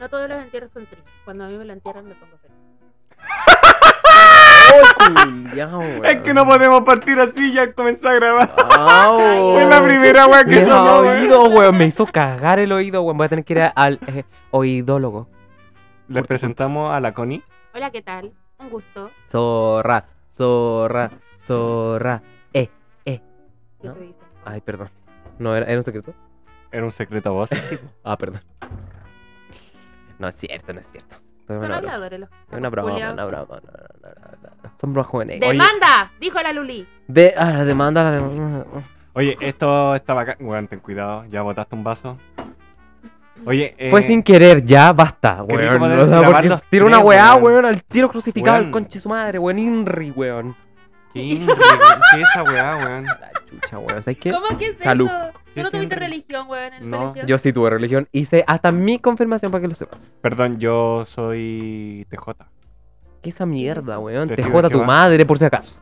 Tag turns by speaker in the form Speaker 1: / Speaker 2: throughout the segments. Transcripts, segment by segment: Speaker 1: No todos los entierros son tristes. Cuando a mí me lo entierran me pongo feliz.
Speaker 2: Es que no podemos partir así, ya comenzó a grabar.
Speaker 1: Oh.
Speaker 2: Es la primera wea que
Speaker 3: Ah, Me ha
Speaker 2: sonó, weón.
Speaker 3: oído, weón. Me hizo cagar el oído, weón. Voy a tener que ir a- al eh, oidólogo.
Speaker 2: Le presentamos a la Connie.
Speaker 1: Hola, ¿qué tal? Un gusto.
Speaker 3: Zorra, zorra, zorra. Eh.
Speaker 1: ¿Qué
Speaker 3: ¿No?
Speaker 1: te dicen?
Speaker 3: Ay, perdón. ¿No era, era un secreto?
Speaker 2: Era un secreto a vos.
Speaker 3: Ah, perdón. No es cierto, no es cierto. Es
Speaker 1: Son
Speaker 3: una broma,
Speaker 1: habladores los
Speaker 3: es una broma,
Speaker 1: culiaos.
Speaker 3: una broma. no, no, no, no, no. Son bromas jóvenes. Oye,
Speaker 1: ¡Demanda! Dijo la Luli.
Speaker 3: de, ah, la demanda, la demanda.
Speaker 2: Oye, esto está bacán. Weón, ten cuidado. Ya botaste un vaso. Oye, eh,
Speaker 3: Fue sin querer, ya, basta,
Speaker 2: quería
Speaker 3: weón.
Speaker 2: como de-
Speaker 3: O sea,
Speaker 2: grabar
Speaker 3: porque
Speaker 2: los
Speaker 3: tira una
Speaker 2: tres,
Speaker 3: weá,
Speaker 2: weón.
Speaker 3: weón, al tiro crucificado al
Speaker 2: Weón.
Speaker 3: conche su madre, weón. Inri, weón.
Speaker 2: ¿Qué, inri, weón? ¿Qué es esa weá, weón?
Speaker 3: La chucha, weón. ¿Sabes qué?
Speaker 1: ¿Cómo que es
Speaker 3: Salud.
Speaker 1: eso?
Speaker 2: Yo
Speaker 1: Tú no tuviste
Speaker 2: siempre-
Speaker 1: religión, weón. En
Speaker 2: No.
Speaker 1: religión?
Speaker 3: Yo sí tuve religión. Hice hasta mi confirmación para que lo sepas.
Speaker 2: Perdón, yo soy TJ.
Speaker 3: ¿Qué esa mierda, weón? Te
Speaker 2: Testigo de
Speaker 3: joda tu
Speaker 2: Jehová.
Speaker 3: madre, por si acaso.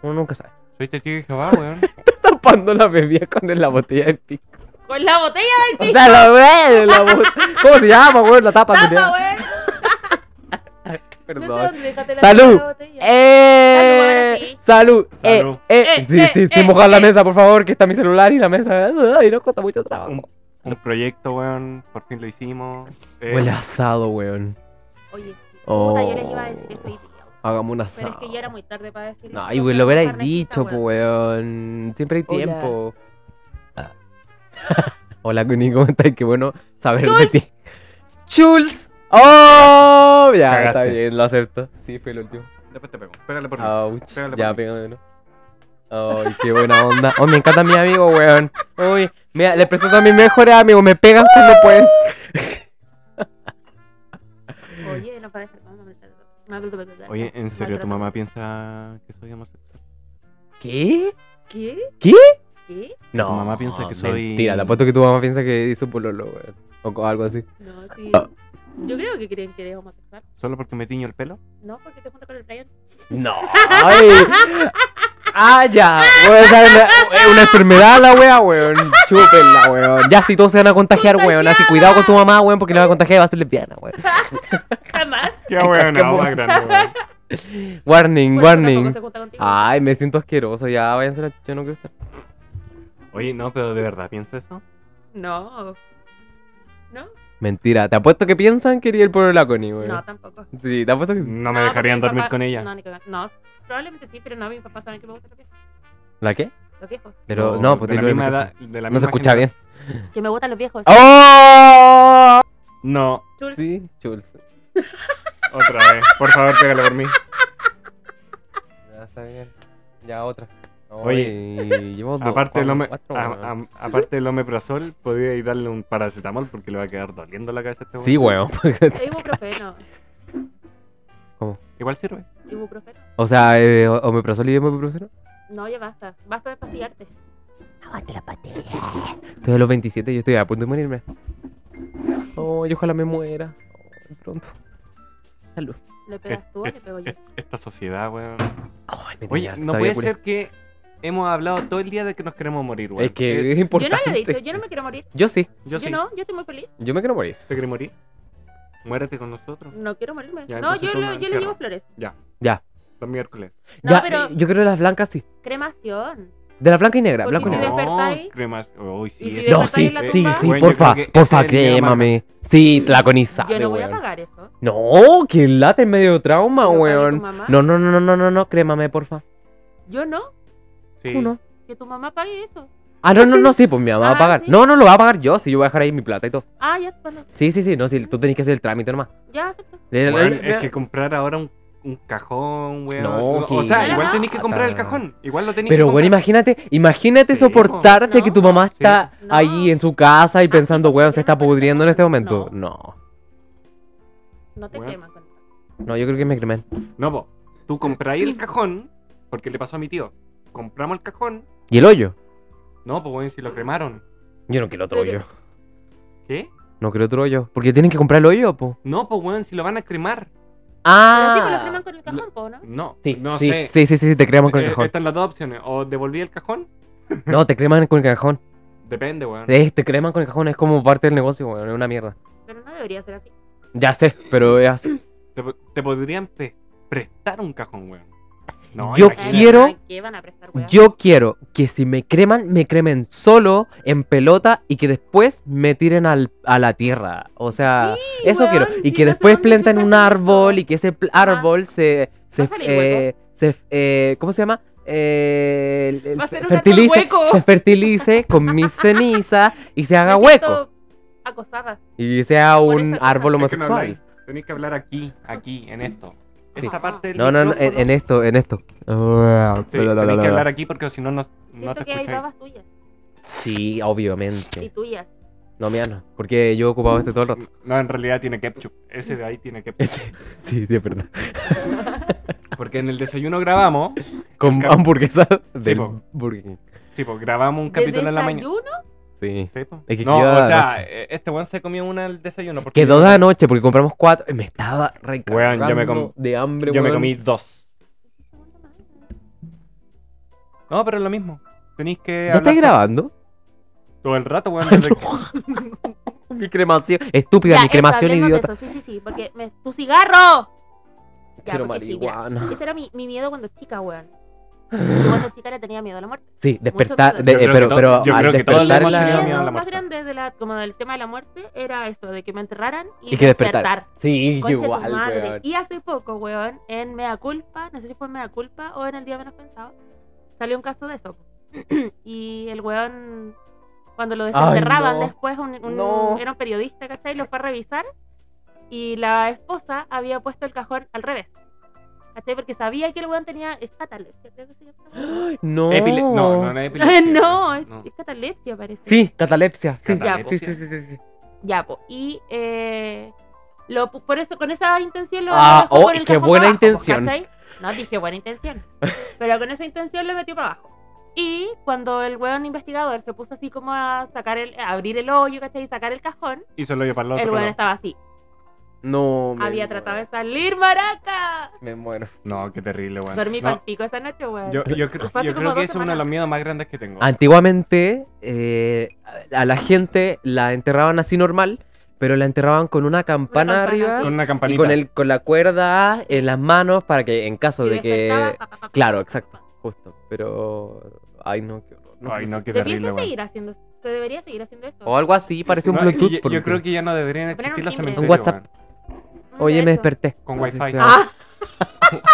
Speaker 3: Uno nunca sabe.
Speaker 2: Soy testigo de Jehová, weón.
Speaker 3: Tapando la bebida con la botella de pico.
Speaker 1: Con la botella del
Speaker 3: O
Speaker 1: pico.
Speaker 3: sea, la weón, la bot- ¿Cómo se llama, weón? La tapa,
Speaker 1: Tapa,
Speaker 3: culiao.
Speaker 1: weón. No sé
Speaker 3: Perdón.
Speaker 1: dónde dejaste la
Speaker 3: Salud.
Speaker 1: la botella.
Speaker 3: ¡Eh! ¡Salud!
Speaker 2: Salud.
Speaker 3: ¡Eh! eh.
Speaker 1: Eh,
Speaker 3: sí,
Speaker 1: eh,
Speaker 3: sí, sí,
Speaker 1: eh,
Speaker 3: mojar la
Speaker 1: eh.
Speaker 3: mesa, por favor, que está mi celular y la mesa. Ay, no cuesta mucho
Speaker 2: Un,
Speaker 3: trabajo.
Speaker 2: un proyecto, weón. Por fin lo hicimos. Eh,
Speaker 3: Huele a asado, weón.
Speaker 1: Oye, sí.
Speaker 3: Oh.
Speaker 1: puta, yo les iba a decir eso hoy día. weón.
Speaker 3: Hagamos un
Speaker 1: Pero
Speaker 3: asado.
Speaker 1: es que ya era muy tarde para decir
Speaker 3: No,
Speaker 1: eso,
Speaker 3: y
Speaker 1: weón,
Speaker 3: lo hubierais
Speaker 1: carnecita,
Speaker 3: dicho, pues, weón. Siempre hay
Speaker 4: Hola.
Speaker 3: tiempo. Ah. Hola, Kuni, ¿cómo estás? Qué bueno saber
Speaker 1: Jules.
Speaker 3: de ti. ¡Chuls! ¡Oh! Ya, está
Speaker 2: Cagaste.
Speaker 3: bien, lo acepto. Sí, fue el último.
Speaker 2: Después te pego. Pégale por mí.
Speaker 3: Ouch.
Speaker 2: Pégale por
Speaker 3: Ya,
Speaker 2: mí.
Speaker 3: pégame de nuevo. Ay, qué buena onda. Oh, me encanta mi amigo, weón. Uy, mira, le presento a mis mejores amigos. Me pegan cuando pueden.
Speaker 1: Oye, no para dejar. Vamos a meter- me hablo de-
Speaker 2: Oye, ¿en serio
Speaker 1: maltrato.
Speaker 2: tu mamá piensa que soy homosexual?
Speaker 3: ¿Qué?
Speaker 1: ¿Qué?
Speaker 3: ¿Qué?
Speaker 1: ¿Qué?
Speaker 3: No.
Speaker 2: Tu mamá piensa que soy-
Speaker 3: Mentira, te apuesto que tu mamá piensa que hizo pololo, weón. O co- algo así.
Speaker 1: No, sí. Yo creo que creen que eres homosexual.
Speaker 2: ¿Solo porque me tiño el pelo?
Speaker 1: No, porque te juntas con el Brian.
Speaker 3: No. Ay. Ah, ya. Weón, esa es una, es una enfermedad la wea, weón. Chúpenla, weón. Ya, si todos se van a contagiar, weón. Así, cuidado con tu mamá, weón, porque la va a contagiar y va a ser lesbiana, weón.
Speaker 1: Jamás.
Speaker 2: Qué weón,
Speaker 3: qué
Speaker 2: agua
Speaker 3: bu-
Speaker 2: grande, weón.
Speaker 3: Warning,
Speaker 1: Por eso tampoco
Speaker 3: warning.
Speaker 1: se junta contigo.
Speaker 2: Ah.
Speaker 3: Ay, me siento asqueroso. Ya, váyanse a la chucha, no quiero estar.
Speaker 2: Oye, no, pero de verdad, ¿piensa eso?
Speaker 1: No. No,
Speaker 3: Mentira, te apuesto que piensan que iría el pueblo la Connie, weón.
Speaker 1: no, tampoco.
Speaker 3: Sí, te apuesto que sí.
Speaker 2: No me
Speaker 1: No,
Speaker 2: dejarían
Speaker 1: porque mi
Speaker 2: dormir
Speaker 1: papá-
Speaker 2: con ella.
Speaker 1: No, ni cagar- no, probablemente sí, pero no, mi papá sabe que me gustan los viejos.
Speaker 3: ¿La qué?
Speaker 1: Los viejos.
Speaker 3: Pero no, pues
Speaker 2: de la
Speaker 3: dilo del
Speaker 2: misma
Speaker 3: micrófono.
Speaker 2: edad- de la
Speaker 3: No se
Speaker 2: misma
Speaker 3: escucha bien.
Speaker 2: generación.
Speaker 1: Que me gustan los viejos.
Speaker 2: Ah,
Speaker 3: ¡Oh!
Speaker 2: No,
Speaker 1: Chul.
Speaker 3: Sí, chuls.
Speaker 2: otra vez. Por favor, pégale por mí.
Speaker 3: Ya está bien. Ya otra.
Speaker 2: Oye,
Speaker 3: Ay, llevo dos,
Speaker 2: Aparte del,
Speaker 3: cuatro,
Speaker 2: ome-
Speaker 3: cuatro,
Speaker 2: a-
Speaker 3: weón.
Speaker 2: a- aparte del omeprazol, podría ir darle un paracetamol porque le va a quedar doliendo la cabeza a este
Speaker 3: Sí, weón. porque-
Speaker 1: Es ibuprofeno.
Speaker 2: Igual sirve.
Speaker 1: Ibuprofeno.
Speaker 3: o sea, eh, o- omeprazol y omeprazol.
Speaker 1: No, ya basta. Basta de pastillarte.
Speaker 3: Aguante la pastilla. Estoy a los 27 y yo estoy a punto de morirme. Oh, yo ojalá me muera. Oh, pronto. Salud.
Speaker 1: ¿Le pegas tú o le pego yo?
Speaker 2: Es- Esta sociedad, weón.
Speaker 3: Ay, me tenía
Speaker 2: Oye,
Speaker 3: harta
Speaker 2: no
Speaker 3: todavía,
Speaker 2: puede
Speaker 3: culiao.
Speaker 2: ser que hemos hablado todo el día de que nos queremos morir, weón. Eh,
Speaker 3: Es que es
Speaker 1: Yo no
Speaker 3: importante.
Speaker 1: lo he dicho, yo no me quiero morir.
Speaker 3: Yo sí.
Speaker 2: Yo, sí.
Speaker 1: no, yo estoy muy feliz.
Speaker 3: Yo me quiero morir.
Speaker 2: ¿Te querés morir? Muérete con nosotros.
Speaker 1: No quiero morirme.
Speaker 2: Ya,
Speaker 1: no,
Speaker 2: entonces
Speaker 1: yo,
Speaker 2: tú
Speaker 1: lo-
Speaker 2: no
Speaker 1: yo le
Speaker 2: entierras.
Speaker 1: llevo flores.
Speaker 2: Los miércoles.
Speaker 1: No,
Speaker 3: ya,
Speaker 1: pero-
Speaker 3: eh, yo creo las blancas sí.
Speaker 1: Cremación.
Speaker 3: De la blanca y negra,
Speaker 1: Porque
Speaker 3: blanco y
Speaker 1: si
Speaker 3: negra.
Speaker 1: despertáis?
Speaker 2: cremas. Uy, sí,
Speaker 1: si
Speaker 2: ese-
Speaker 1: de
Speaker 3: No,
Speaker 1: despertáis
Speaker 3: sí,
Speaker 1: en la
Speaker 3: sí,
Speaker 1: tumba?
Speaker 3: sí,
Speaker 2: Weón, yo
Speaker 3: porfa,
Speaker 2: creo que
Speaker 3: porfa,
Speaker 2: ese es el día más-
Speaker 3: crémame. Sí, la coniza.
Speaker 1: yo no voy a
Speaker 3: weón.
Speaker 1: pagar eso.
Speaker 3: No, que late medio trauma,
Speaker 1: Pero para que tu
Speaker 3: weón.
Speaker 1: mamá-
Speaker 3: No, no, no, no, no, no, no, crémame, porfa.
Speaker 1: Yo no,
Speaker 2: Sí.
Speaker 3: Tú no.
Speaker 1: que tu mamá pague eso.
Speaker 3: Ah, no, no, no, sí, pues mi mamá va
Speaker 1: Ah,
Speaker 3: a pagar.
Speaker 1: ¿sí?
Speaker 3: No, no, lo va a pagar yo, sí, yo voy a dejar ahí mi plata y todo.
Speaker 1: Ah, ya, bueno,
Speaker 3: Sí, sí, sí, no, sí, tú tenés que hacer el trámite nomás.
Speaker 1: ya acepto.
Speaker 3: Le- le-
Speaker 2: Weón,
Speaker 3: le-
Speaker 2: es que comprar ahora un, un cajón, weón.
Speaker 3: No,
Speaker 2: o
Speaker 3: que-
Speaker 2: sea,
Speaker 1: Pero
Speaker 2: igual
Speaker 1: no.
Speaker 2: tenés que comprar el
Speaker 3: Ata.
Speaker 2: cajón. Igual lo tenés
Speaker 3: Pero
Speaker 2: que
Speaker 3: bueno,
Speaker 2: comprar.
Speaker 3: imagínate, imagínate
Speaker 2: Sí, po.
Speaker 3: soportarte que tu
Speaker 1: No,
Speaker 3: mamá está
Speaker 1: sí.
Speaker 3: ahí
Speaker 1: No.
Speaker 3: en su casa y
Speaker 1: Así
Speaker 3: pensando,
Speaker 1: no se
Speaker 3: weón, se
Speaker 1: crema
Speaker 3: está
Speaker 1: con el
Speaker 3: pudriendo en este
Speaker 1: carbón.
Speaker 3: momento. No,
Speaker 1: No te
Speaker 2: Bueno.
Speaker 1: quemas con eso.
Speaker 3: no, yo creo que me cremen.
Speaker 2: No, po. Tú compráis el cajón, porque le pasó a mi tío. Compramos el cajón.
Speaker 3: ¿Y el hoyo?
Speaker 2: No, pues weón, si lo cremaron.
Speaker 3: Yo no quiero otro
Speaker 1: Pero-
Speaker 3: hoyo.
Speaker 2: ¿Qué?
Speaker 3: No quiero otro hoyo. Porque tienen que comprar el hoyo, po.
Speaker 2: No, pues weón, si lo van a cremar.
Speaker 1: Pero sí, pues lo frenan
Speaker 3: Ah.
Speaker 1: con el cajón, po, ¿no?
Speaker 2: No,
Speaker 3: Sí,
Speaker 2: no
Speaker 3: sí,
Speaker 2: sé.
Speaker 3: sí, sí, sí, te creman con el
Speaker 2: Eh,
Speaker 3: cajón.
Speaker 2: están las dos opciones. O devolví el cajón.
Speaker 3: No, te creman con el cajón.
Speaker 2: Depende, weón.
Speaker 3: Eh, te creman con el cajón, es como parte del negocio, weón, es una mierda.
Speaker 1: Pero no debería ser así.
Speaker 3: Ya sé, pero es así.
Speaker 2: Te, po- te podrían pre- prestar un cajón, weón. No,
Speaker 3: Yo
Speaker 2: imagínate.
Speaker 3: quiero-
Speaker 1: Ay, ¿Qué van a prestar, weón?
Speaker 3: Yo quiero que si me creman, me cremen solo, en pelota, y que después me tiren al, a la tierra. O sea, eso
Speaker 1: weón,
Speaker 3: quiero. Y
Speaker 1: sí,
Speaker 3: que
Speaker 1: no sé
Speaker 3: después
Speaker 1: dónde
Speaker 3: planten
Speaker 1: chucha
Speaker 3: un
Speaker 1: hacen
Speaker 3: árbol
Speaker 1: eso.
Speaker 3: y que ese pl-
Speaker 1: Ajá.
Speaker 3: árbol se. se,
Speaker 1: salir
Speaker 3: eh, se eh, ¿Cómo se llama? Eh, el- el-
Speaker 1: Va a ser un
Speaker 3: fertilice,
Speaker 1: árbol hueco.
Speaker 3: se fertilice con mis cenizas y se haga
Speaker 1: Me
Speaker 3: hueco.
Speaker 1: siento Acosada.
Speaker 3: Y sea
Speaker 1: por
Speaker 3: un
Speaker 1: esa cosa.
Speaker 3: árbol
Speaker 2: Es que no habláis.
Speaker 3: homosexual.
Speaker 2: Tenéis que hablar aquí, aquí, en esto.
Speaker 3: Sí.
Speaker 2: Esta parte del
Speaker 3: No, no, no, en,
Speaker 2: micrófono-
Speaker 3: en esto, en esto.
Speaker 2: Sí, tenéis que hablar aquí porque si no, no, no te
Speaker 1: Siento que hay
Speaker 2: escucháis.
Speaker 1: babas tuyas
Speaker 3: Sí,
Speaker 1: y
Speaker 3: obviamente.
Speaker 1: tuyas.
Speaker 3: No, mía, no. Porque yo he ocupado este todo el rato.
Speaker 2: No, en realidad tiene ketchup. Ese de ahí tiene ketchup.
Speaker 3: Este. Sí, sí, es verdad.
Speaker 2: Porque en el desayuno grabamos.
Speaker 3: Con
Speaker 2: cap-
Speaker 3: hamburguesa del
Speaker 2: po.
Speaker 3: Burger King.
Speaker 2: Sí, pues grabamos un
Speaker 1: ¿De
Speaker 2: capítulo en la mañana.
Speaker 1: desayuno?
Speaker 3: Sí.
Speaker 2: Sí, po.
Speaker 3: Es que
Speaker 2: no,
Speaker 3: quedó
Speaker 2: o
Speaker 3: de
Speaker 2: sea,
Speaker 3: noche.
Speaker 2: eh, este weón se comió una al desayuno. Porque
Speaker 3: Quedó
Speaker 2: yo-
Speaker 3: de anoche porque compramos cuatro. Me estaba
Speaker 2: Weón,
Speaker 3: recargando
Speaker 2: yo me com-
Speaker 3: de hambre,
Speaker 2: Yo me
Speaker 3: weón.
Speaker 2: comí dos. No, pero es lo mismo. Tenéis que.
Speaker 3: ¿Ya
Speaker 2: hablar
Speaker 3: estás
Speaker 2: con-
Speaker 3: grabando?
Speaker 2: Todo el rato, weón. desde-
Speaker 3: Mi cremación. Estúpida,
Speaker 1: Ya,
Speaker 3: mi
Speaker 1: eso,
Speaker 3: cremación
Speaker 1: hablemos de
Speaker 3: idiota.
Speaker 1: eso, Sí, sí, sí, porque me- tu cigarro. Ya,
Speaker 3: Quiero
Speaker 1: porque sí, mira,
Speaker 3: marihuana.
Speaker 1: Ese era mi, mi miedo cuando chica, weón. Yo cuando chica le tenía miedo a la muerte.
Speaker 3: Sí, despertar.
Speaker 1: miedo.
Speaker 3: de-
Speaker 1: Yo
Speaker 3: eh,
Speaker 2: creo
Speaker 3: pero,
Speaker 2: que to-
Speaker 3: pero
Speaker 2: yo
Speaker 3: al
Speaker 2: creo que todos le
Speaker 3: despertar
Speaker 2: hemos
Speaker 3: en la-
Speaker 2: tenido
Speaker 1: miedo
Speaker 2: miedo a la
Speaker 1: más
Speaker 2: muerte.
Speaker 1: grande de la, como del tema de la muerte era eso, de que me enterraran y,
Speaker 3: Y que despertar. Sí,
Speaker 1: Concha tu
Speaker 3: igual,
Speaker 1: madre.
Speaker 3: weón.
Speaker 1: Y hace poco, weón, en Mea Culpa, no sé si fue en Mea Culpa o en el día menos pensado, salió un caso de eso. y el weón, cuando lo desenterraban
Speaker 3: no.
Speaker 1: después, un, un-
Speaker 3: No.
Speaker 1: era un periodista, ¿cachai? Lo fue a revisar y la esposa había puesto el cajón al revés. ¿Cachai? Porque sabía que el weón tenía escatalepsia, creo que se llama.
Speaker 3: No.
Speaker 2: Epile- No, no, no es epilepsia.
Speaker 1: no, es,
Speaker 2: No.
Speaker 1: es catalepsia parece.
Speaker 3: Sí, catalepsia. Sí,
Speaker 2: Catalepsia.
Speaker 3: sí, sí, sí, sí, sí.
Speaker 1: Ya, po. Y eh, lo, pu- por eso, con esa intención lo
Speaker 3: Ah,
Speaker 1: lo dejó
Speaker 3: oh,
Speaker 1: con el
Speaker 3: qué
Speaker 1: cajón
Speaker 3: buena
Speaker 1: para abajo, po,
Speaker 3: intención.
Speaker 1: ¿cachai? No dije buena intención. Pero con esa intención lo metió para abajo. Y cuando el weón investigador se puso así como a sacar el, a abrir el hoyo, ¿cachai? Y sacar el cajón,
Speaker 2: Y se lo dio para el otro.
Speaker 1: el weón
Speaker 2: lado.
Speaker 1: estaba así.
Speaker 3: No, me
Speaker 1: Había
Speaker 3: muero.
Speaker 1: tratado de salir maraca.
Speaker 3: Me muero.
Speaker 2: No, qué terrible, weón.
Speaker 1: Dormí
Speaker 2: No,
Speaker 1: pal pico esa noche, weón.
Speaker 2: Yo, yo creo,
Speaker 1: Fue hace
Speaker 2: yo
Speaker 1: como
Speaker 2: creo que
Speaker 1: dos
Speaker 2: ese es uno de
Speaker 1: semanas.
Speaker 2: los miedos más grandes que tengo.
Speaker 3: Antiguamente, eh, a la gente la enterraban así normal, pero la enterraban con una campana,
Speaker 1: campana,
Speaker 3: arriba
Speaker 1: sí.
Speaker 2: Con una
Speaker 3: y
Speaker 2: campanita.
Speaker 3: con, el, con la cuerda en las manos para que en caso
Speaker 1: Si
Speaker 3: de que...
Speaker 1: despertaba, pa, pa, pa, pa,
Speaker 3: Claro,
Speaker 1: pa,
Speaker 3: exacto.
Speaker 1: pa.
Speaker 3: Justo, pero... Ay, no, qué horror, no
Speaker 2: Ay,
Speaker 3: quiero
Speaker 2: no, qué terrible,
Speaker 1: Debiese
Speaker 2: weón.
Speaker 1: seguir haciendo Se debería seguir haciendo eso.
Speaker 3: ser- O algo así, parece un
Speaker 2: No,
Speaker 3: Bluetooth.
Speaker 2: y yo,
Speaker 3: por
Speaker 2: yo
Speaker 3: último.
Speaker 2: creo que ya no deberían
Speaker 1: Poner un
Speaker 2: existir los
Speaker 1: timbre.
Speaker 2: cementerios.
Speaker 3: Un WhatsApp.
Speaker 2: weón.
Speaker 1: Mm,
Speaker 3: Oye,
Speaker 1: de
Speaker 3: me
Speaker 1: hecho.
Speaker 3: desperté.
Speaker 2: Con
Speaker 3: Así
Speaker 2: Wi-Fi.
Speaker 3: estoy-
Speaker 1: Ah,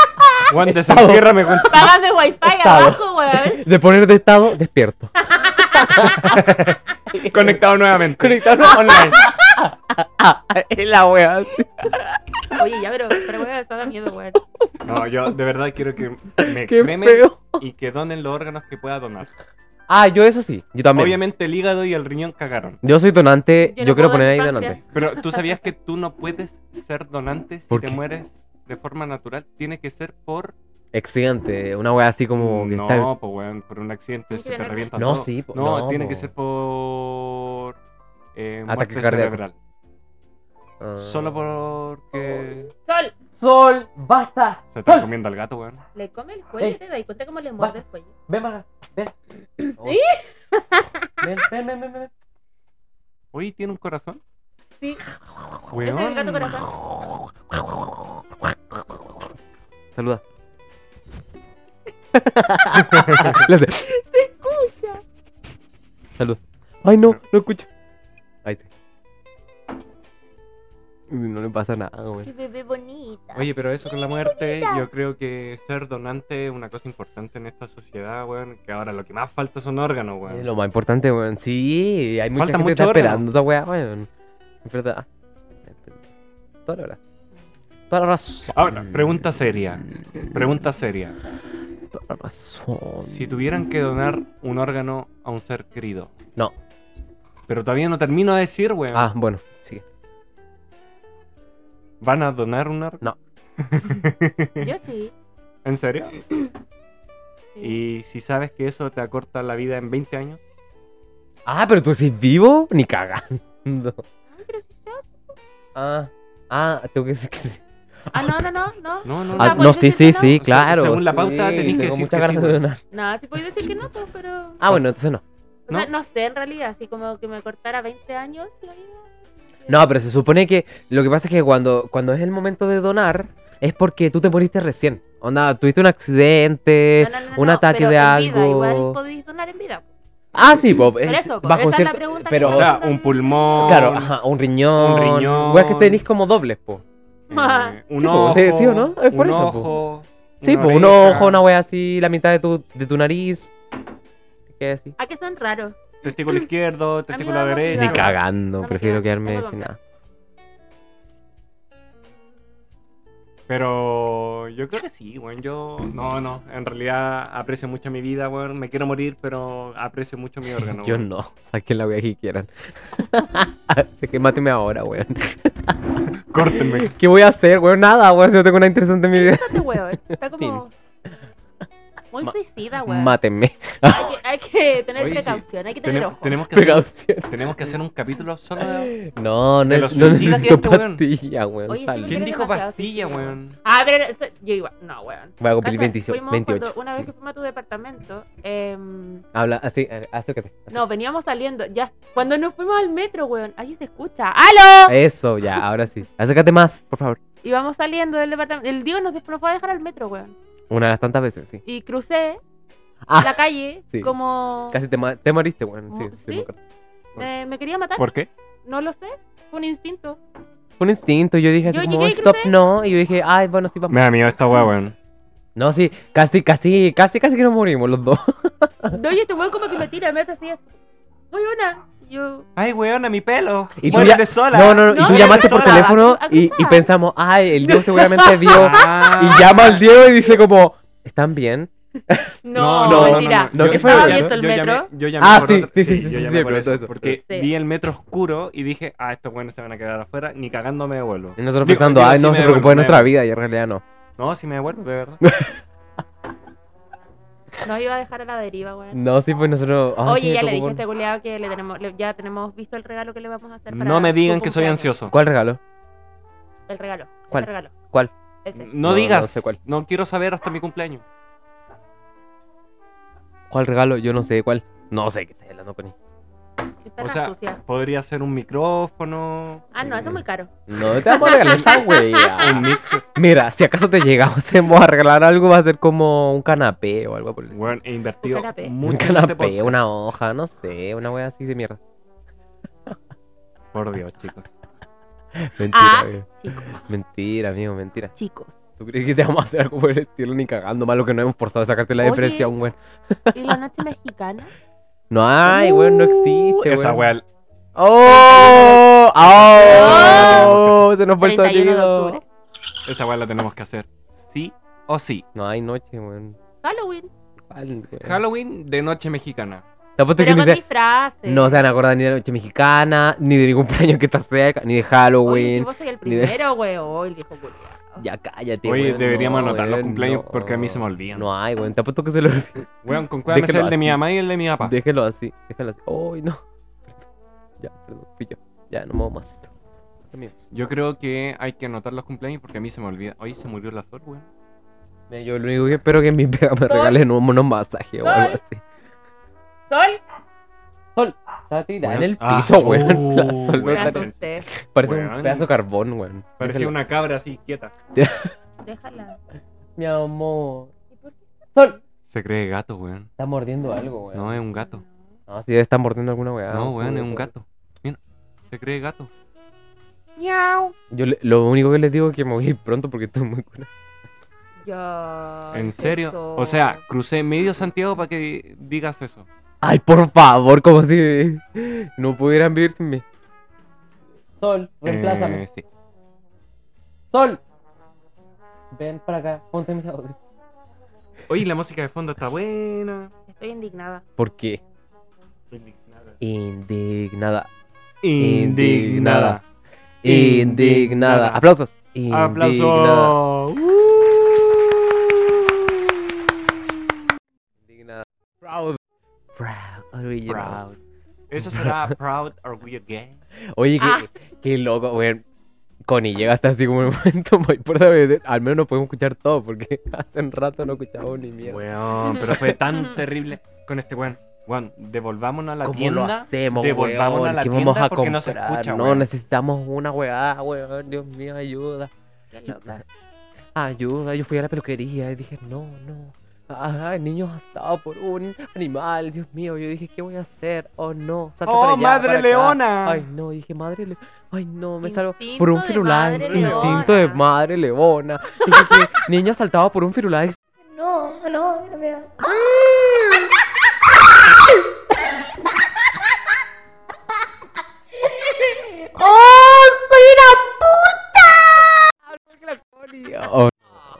Speaker 2: Weón, desentiérrame con.
Speaker 1: pagas de wifi
Speaker 3: Estaba.
Speaker 1: abajo, weón.
Speaker 3: De poner de estado, despierto.
Speaker 2: Conectado nuevamente.
Speaker 3: Conectado
Speaker 2: online.
Speaker 3: Ah, es la wea. sí.
Speaker 1: Oye, ya, pero, pero weón, eso da miedo, weón.
Speaker 2: No, yo de verdad quiero que me
Speaker 3: Qué
Speaker 2: cremen
Speaker 3: feo.
Speaker 2: y que donen los órganos que pueda donar.
Speaker 3: Ah, yo eso sí. Yo también.
Speaker 2: Obviamente el hígado y el riñón cagaron.
Speaker 3: Yo soy donante. Yo,
Speaker 1: Yo no
Speaker 3: quiero
Speaker 1: puedo
Speaker 3: poner
Speaker 1: dar
Speaker 3: ahí
Speaker 1: páncreas.
Speaker 3: donante.
Speaker 2: Pero tú sabías que tú no puedes ser donante si
Speaker 3: ¿Por
Speaker 2: te
Speaker 3: qué?
Speaker 2: mueres de forma natural. Tiene que ser por...
Speaker 3: Accidente. Una wea así como que
Speaker 2: Mm, no,
Speaker 3: está
Speaker 2: po, weón, por un accidente se te
Speaker 1: Mira,
Speaker 2: revienta
Speaker 3: No,
Speaker 2: todo.
Speaker 3: sí, po,
Speaker 2: Ah, no,
Speaker 3: no,
Speaker 2: tiene que
Speaker 3: po.
Speaker 2: ser por... eh,
Speaker 3: Ataque
Speaker 2: muerte
Speaker 3: cardíaco.
Speaker 2: cerebral.
Speaker 3: Ah.
Speaker 2: Solo porque...
Speaker 1: Sol,
Speaker 3: Sol, basta.
Speaker 2: Se
Speaker 1: ¡Ah!
Speaker 2: está
Speaker 3: Sol,
Speaker 2: comiendo al gato, weón.
Speaker 1: le come el cuello,
Speaker 3: Ey.
Speaker 1: te das cuenta cómo le muerde el cuello.
Speaker 3: ven para acá, Ven. Oh.
Speaker 1: ¿Sí?
Speaker 3: Ven, ven, ven, ven, ven.
Speaker 2: Uy, tiene un corazón.
Speaker 1: Sí, ese
Speaker 2: Weón.
Speaker 1: es el gato corazón.
Speaker 3: Saluda. Le hace.
Speaker 1: Escucha.
Speaker 3: Saluda. Ay, no, no escucho. Ahí sí. Uy, No le pasa nada, güey.
Speaker 1: Qué bebé bonita.
Speaker 2: Oye, pero eso con la muerte, yo creo que ser donante es una cosa importante en esta sociedad, weón. Que ahora lo que más falta son órganos,
Speaker 3: Es
Speaker 2: weón.
Speaker 3: lo más importante, weón. Sí, hay mucha
Speaker 2: Falta
Speaker 3: gente que
Speaker 2: mucho
Speaker 3: está
Speaker 2: órgano.
Speaker 3: esperando esa weá, weón. Es verdad. Toda la hora. Toda la razón.
Speaker 2: Ahora, pregunta seria. Pregunta seria.
Speaker 3: Toda la razón.
Speaker 2: Si tuvieran que donar un órgano a un ser querido.
Speaker 3: No.
Speaker 2: Pero todavía no termino de decir, weón.
Speaker 3: Ah, bueno, sigue.
Speaker 2: ¿Van a donar un órgano?
Speaker 1: Yo sí.
Speaker 2: ¿En serio?
Speaker 1: sí.
Speaker 2: Y si sabes que eso te acorta la vida en 20 años.
Speaker 3: Ah, pero tú decís vivo, ni cagando.
Speaker 1: Ay, pero sí, sí.
Speaker 3: Ah, ah, tengo que decir que sí.
Speaker 1: Ah, no, no, no, no.
Speaker 2: No, no, no.
Speaker 1: sea,
Speaker 3: Ah,
Speaker 1: ¿puedes
Speaker 3: no, sí, sí,
Speaker 1: decir que
Speaker 3: sí,
Speaker 2: no?
Speaker 3: claro.
Speaker 2: Según la pauta,
Speaker 3: sí,
Speaker 2: tenés que
Speaker 3: tengo
Speaker 2: decir
Speaker 3: muchas
Speaker 2: que sí,
Speaker 3: ganas de
Speaker 2: weón.
Speaker 3: donar.
Speaker 1: Nada, sí puedes decir que no, pues, pero.
Speaker 3: Ah, bueno, entonces no.
Speaker 1: O sea, no sé, en realidad, así como que me cortara 20 años la vida.
Speaker 3: No, pero se supone que lo que pasa es que cuando, cuando es el momento de donar es porque tú te moriste recién. Onda, tuviste un accidente,
Speaker 1: No, no, no,
Speaker 3: Eh, un
Speaker 1: no,
Speaker 3: ataque
Speaker 1: pero
Speaker 3: de
Speaker 1: en
Speaker 3: algo.
Speaker 1: Vida, igual podéis donar en vida.
Speaker 3: Ah, sí, Pop.
Speaker 1: Por
Speaker 3: es-
Speaker 1: eso, po,
Speaker 3: bajo
Speaker 1: esa es la
Speaker 3: cierto-
Speaker 1: pregunta que
Speaker 3: pero,
Speaker 1: me
Speaker 2: O sea,
Speaker 1: Onda.
Speaker 2: un pulmón.
Speaker 3: claro, ajá, un riñón.
Speaker 2: un riñón.
Speaker 3: Weas que tenéis como dobles, po.
Speaker 2: eh, un
Speaker 3: Sí, po,
Speaker 2: ojo.
Speaker 3: sí, sí o no, es por
Speaker 2: un
Speaker 3: eso, po.
Speaker 2: Ojo,
Speaker 3: Sí,
Speaker 2: una
Speaker 3: po, un
Speaker 2: oreja.
Speaker 3: ojo, una wea así, la mitad de tu, de tu nariz. ¿Qué así?
Speaker 1: ¿A qué son raros?
Speaker 2: Testículo izquierdo, testículo
Speaker 1: vamos a
Speaker 2: derecho.
Speaker 3: Ni
Speaker 1: Claro.
Speaker 3: cagando,
Speaker 1: No me queda-
Speaker 3: prefiero quedarme
Speaker 1: tengo
Speaker 3: sin
Speaker 1: loca.
Speaker 3: nada.
Speaker 2: Pero yo creo que sí, weón. Yo, no, no. En realidad aprecio mucho mi vida, weón. Me quiero morir, pero aprecio mucho mi órgano.
Speaker 3: Yo
Speaker 2: weón.
Speaker 3: no, saquen la wea que quieran. Así que máteme ahora, weón.
Speaker 2: Córtenme.
Speaker 3: ¿Qué voy a hacer, weón? Nada, weón, si no tengo nada interesante en mi vida.
Speaker 1: Este weón está como. Muy
Speaker 3: Ma-
Speaker 1: suicida, weón.
Speaker 3: Mátenme.
Speaker 1: Hay que, hay que tener
Speaker 2: Oye, sí.
Speaker 1: precaución, hay que tener
Speaker 2: Tenem-
Speaker 1: ojo.
Speaker 2: tenemos, que hacer,
Speaker 3: Precaución.
Speaker 2: tenemos que hacer un capítulo solo de.
Speaker 3: No, no,
Speaker 2: Te
Speaker 3: no
Speaker 2: lo suicidas
Speaker 3: necesito
Speaker 2: este, weón.
Speaker 3: pastilla, weón.
Speaker 1: Oye, sí,
Speaker 3: sal.
Speaker 2: ¿Quién
Speaker 1: Quiero
Speaker 2: dijo
Speaker 1: demasiado
Speaker 2: pastilla,
Speaker 1: suicidio.
Speaker 2: weón?
Speaker 1: Ah, pero eso- yo igual. No, weón.
Speaker 3: Voy a cumplir
Speaker 1: Cacha,
Speaker 3: 28.
Speaker 1: fuimos cuando- una vez que fuimos a tu departamento, em,
Speaker 3: Habla, así, a- acércate. así.
Speaker 1: no, veníamos saliendo. ya Cuando nos fuimos al metro, weón, allí se escucha. ¡Aló!
Speaker 3: Eso, ya, ahora sí. Acércate más, por favor.
Speaker 1: Íbamos saliendo del departamento. El Diego nos des- nos fue a dejar al metro, weón.
Speaker 3: Una de las tantas veces, sí.
Speaker 1: Y crucé
Speaker 3: Ah,
Speaker 1: la calle
Speaker 3: sí.
Speaker 1: como.
Speaker 3: Casi te, ma- te moriste, weón. Sí,
Speaker 1: Oh, ¿Sí?
Speaker 3: sí, me acuerdo.
Speaker 1: eh, me quería matar.
Speaker 2: ¿Por qué?
Speaker 1: No lo sé. Fue un instinto.
Speaker 3: Fue un instinto, yo dije así
Speaker 1: Yo
Speaker 3: como,
Speaker 1: llegué y
Speaker 3: stop, no. Y yo dije, ay, bueno, sí, vamos.
Speaker 2: Me da miedo esta weá, weón.
Speaker 3: No, sí, casi, casi, casi, casi que nos morimos los dos.
Speaker 1: No, y este weón como que me tira, me hace así. así. Voy una. Y Yo.
Speaker 2: Ay, weón, a mi pelo.
Speaker 3: Y tú
Speaker 2: Muérete
Speaker 3: ya-
Speaker 2: sola.
Speaker 3: No, no, no. Y
Speaker 1: No,
Speaker 3: tú
Speaker 1: me
Speaker 3: llamaste por
Speaker 1: acuerdo.
Speaker 3: teléfono
Speaker 1: Acu-
Speaker 3: y, y
Speaker 1: acusada.
Speaker 3: pensamos, ay, el Diego seguramente vio.
Speaker 2: Ah.
Speaker 3: Y llama al Diego y dice como, ¿están bien?
Speaker 1: No,
Speaker 3: no, no,
Speaker 1: mentira.
Speaker 3: no, no, ¿qué fue,
Speaker 1: Estaba abierto
Speaker 3: Roberto?
Speaker 1: el
Speaker 2: yo llamé-
Speaker 1: metro.
Speaker 2: yo llamé
Speaker 3: Ah,
Speaker 2: por
Speaker 3: sí,
Speaker 2: otra-
Speaker 3: sí, sí, sí,
Speaker 2: yo
Speaker 3: sí,
Speaker 2: llamé por
Speaker 3: pero
Speaker 2: eso,
Speaker 3: todo eso,
Speaker 2: Porque
Speaker 1: pero-
Speaker 2: vi el metro oscuro y dije, ah, estos buenos se van a quedar afuera, ni cagando me devuelvo.
Speaker 3: Y nosotros
Speaker 2: Digo,
Speaker 3: pensando,
Speaker 2: digo,
Speaker 3: ay,
Speaker 2: sí
Speaker 3: no,
Speaker 2: me
Speaker 3: se
Speaker 2: devuelvo,
Speaker 3: preocupó de
Speaker 2: me
Speaker 3: nuestra
Speaker 2: devuelvo".
Speaker 3: vida. Y en realidad no.
Speaker 2: No, si me devuelvo, de verdad.
Speaker 1: Nos iba a dejar a la deriva, weón.
Speaker 3: No, sí, pues nosotros. ay, sí,
Speaker 1: Oye,
Speaker 3: me
Speaker 1: ya le
Speaker 3: preocupó.
Speaker 1: dije a este culiado que le tenemos, le- ya tenemos visto el regalo que le vamos a hacer. Para
Speaker 2: No me
Speaker 1: su
Speaker 2: digan que soy
Speaker 1: cumpleaños.
Speaker 2: ansioso.
Speaker 3: ¿Cuál regalo?
Speaker 1: El regalo.
Speaker 3: ¿Cuál?
Speaker 1: Ese regalo.
Speaker 3: ¿Cuál?
Speaker 1: Ese.
Speaker 2: No,
Speaker 3: No,
Speaker 2: digas.
Speaker 3: no
Speaker 2: No,
Speaker 3: sé cuál.
Speaker 2: quiero saber hasta mi cumpleaños.
Speaker 3: ¿Cuál regalo? Yo no sé cuál. No sé qué estás hablando, Connie.
Speaker 1: Qué
Speaker 2: O
Speaker 1: perra
Speaker 2: sea, eh,
Speaker 1: sucia.
Speaker 2: podría ser un micrófono.
Speaker 1: Ah, no, eso es muy caro.
Speaker 3: No te vamos a regalar esa
Speaker 2: Un
Speaker 3: wea.
Speaker 2: mix.
Speaker 3: Mira, si acaso te llegamos a regalar algo, va a ser como un canapé o algo por el estilo.
Speaker 2: Bueno, he invertido
Speaker 1: Un canapé.
Speaker 3: Un
Speaker 2: mucho en este
Speaker 3: canapé,
Speaker 2: podcast.
Speaker 3: una hoja, no sé, una wea así de mierda.
Speaker 2: Por Dios, chicos.
Speaker 3: Mentira,
Speaker 1: Ah.
Speaker 3: amigo.
Speaker 1: Chicos,
Speaker 3: mentira, amigo, mentira.
Speaker 1: chicos.
Speaker 3: ¿Tú crees que te vamos a hacer algo por el estilo ni cagando? Malo que no hemos forzado a sacarte la
Speaker 1: Oye.
Speaker 3: depresión, weón.
Speaker 1: ¿Y la noche mexicana?
Speaker 3: No hay, weón, no
Speaker 1: Uh,
Speaker 3: existe,
Speaker 2: Esa
Speaker 3: weón.
Speaker 2: weá.
Speaker 3: ¡Oh! ¡Oh! Se nos fue el
Speaker 1: 31 de
Speaker 3: sonido.
Speaker 1: octubre.
Speaker 2: Esa weá la tenemos que hacer. Sí o sí.
Speaker 3: No hay noche, weón.
Speaker 1: Halloween.
Speaker 3: ¿Cuál, weón?
Speaker 2: Eh. Halloween de noche mexicana.
Speaker 3: Te apuesto que
Speaker 1: Pero
Speaker 3: ni
Speaker 1: con
Speaker 3: se-
Speaker 1: disfraces.
Speaker 3: No se van a acordar ni de la noche mexicana, ni de mi cumpleaños que está cerca, ni de
Speaker 1: Oye, si
Speaker 3: Halloween.
Speaker 1: vos soy el
Speaker 3: ni de-
Speaker 1: primero, weón. El viejo culiado.
Speaker 3: Ya cállate,
Speaker 2: Oye,
Speaker 3: weón,
Speaker 2: deberíamos
Speaker 3: no,
Speaker 2: anotar los
Speaker 3: weón,
Speaker 2: cumpleaños
Speaker 3: no.
Speaker 2: porque a mí se me olvidan.
Speaker 3: No hay, weón. Te apuesto que se lo.
Speaker 2: Weón, con cuál me sé
Speaker 3: Déjelo
Speaker 2: el de mi
Speaker 3: así.
Speaker 2: mamá y el de mi papá.
Speaker 3: Déjelo así, déjalo así. ¡Ay, no! Ya, perdón, fui yo. Ya, no me hago más esto. Son míos.
Speaker 2: Yo creo que hay que anotar los cumpleaños porque a mí se me olvida. Oye, se murió la Sol, weón.
Speaker 3: Mira, Yo lo único que espero es que en mi pega me
Speaker 1: Sol.
Speaker 3: regalen un unos masajes o
Speaker 1: Sol.
Speaker 3: algo así.
Speaker 1: Sol.
Speaker 3: Está tirada
Speaker 2: Weón.
Speaker 3: en el
Speaker 2: Ah.
Speaker 3: piso, weón. La
Speaker 2: Uh,
Speaker 3: sol no
Speaker 1: Me
Speaker 2: weón.
Speaker 3: está-
Speaker 1: asusté.
Speaker 3: Parece
Speaker 2: Weón.
Speaker 3: un pedazo de carbón, weón.
Speaker 2: Parecía
Speaker 3: Déjala.
Speaker 2: una cabra así, quieta.
Speaker 1: Déjala.
Speaker 3: Mi amor.
Speaker 1: ¿Y por qué?
Speaker 3: Sol.
Speaker 2: Se cree gato, weón.
Speaker 3: Está mordiendo algo, weón.
Speaker 2: No, es un gato.
Speaker 3: No, sí, debe estar mordiendo alguna weá.
Speaker 2: No, weón, es un
Speaker 3: Uy,
Speaker 2: gato. Mira, se cree gato.
Speaker 1: Miau.
Speaker 3: Yo le- lo único que les digo es que me voy a ir pronto porque estoy muy curado.
Speaker 1: Ya.
Speaker 2: ¿En
Speaker 1: qué
Speaker 2: serio? O
Speaker 1: sol.
Speaker 2: sea, crucé medio Santiago para que digas eso.
Speaker 3: Ay, por favor, como si no pudieran vivir sin mí. Sol,
Speaker 2: Eh, sí.
Speaker 3: Sol. Ven para acá, ponte mi audio.
Speaker 2: Oye, la música de fondo está buena.
Speaker 1: Estoy indignada.
Speaker 3: ¿Por qué?
Speaker 2: Indignada.
Speaker 3: Indignada.
Speaker 2: Indignada.
Speaker 3: Indignada. Aplausos. Indignada.
Speaker 2: Aplauso. Uh.
Speaker 3: Indignada. Proud. Proud. Original.
Speaker 2: Proud. Eso será Proud Are We Again.
Speaker 3: Oye, qué,
Speaker 1: Ah.
Speaker 3: qué loco, weón. Connie llega hasta así como el momento muy importante. Al menos nos podemos escuchar todo porque hace un rato no escuchamos ni mierda.
Speaker 2: Weón, pero fue tan terrible con este weón. Weón, devolvámonos a la
Speaker 3: ¿Cómo
Speaker 2: tienda.
Speaker 3: lo hacemos,
Speaker 2: devolvámonos
Speaker 3: weón?
Speaker 2: a la
Speaker 3: ¿Qué
Speaker 2: tienda
Speaker 3: vamos a
Speaker 2: porque
Speaker 3: comprar?
Speaker 2: no se escucha,
Speaker 3: no,
Speaker 2: weón.
Speaker 3: necesitamos una weá, weón. Dios mío, ayuda.
Speaker 1: Qué loca.
Speaker 3: Ayuda. Yo fui a la peluquería y dije, no, no. Ajá, el niño asustado por un animal, Dios mío. Yo dije, ¿qué voy a hacer? Oh, no. Salta para
Speaker 2: ¡Oh,
Speaker 3: allá,
Speaker 2: madre
Speaker 3: para acá.
Speaker 2: leona!
Speaker 3: Ay, no, dije, madre leona. Ay, no, me salvo.
Speaker 1: Instinto
Speaker 3: Por un
Speaker 1: de
Speaker 3: firulais.
Speaker 1: madre
Speaker 3: Instinto de
Speaker 1: leona.
Speaker 3: madre leona. Yo dije, niño asaltado por un firulais.
Speaker 4: No, no, no me ¡Oh, soy una
Speaker 3: Oh,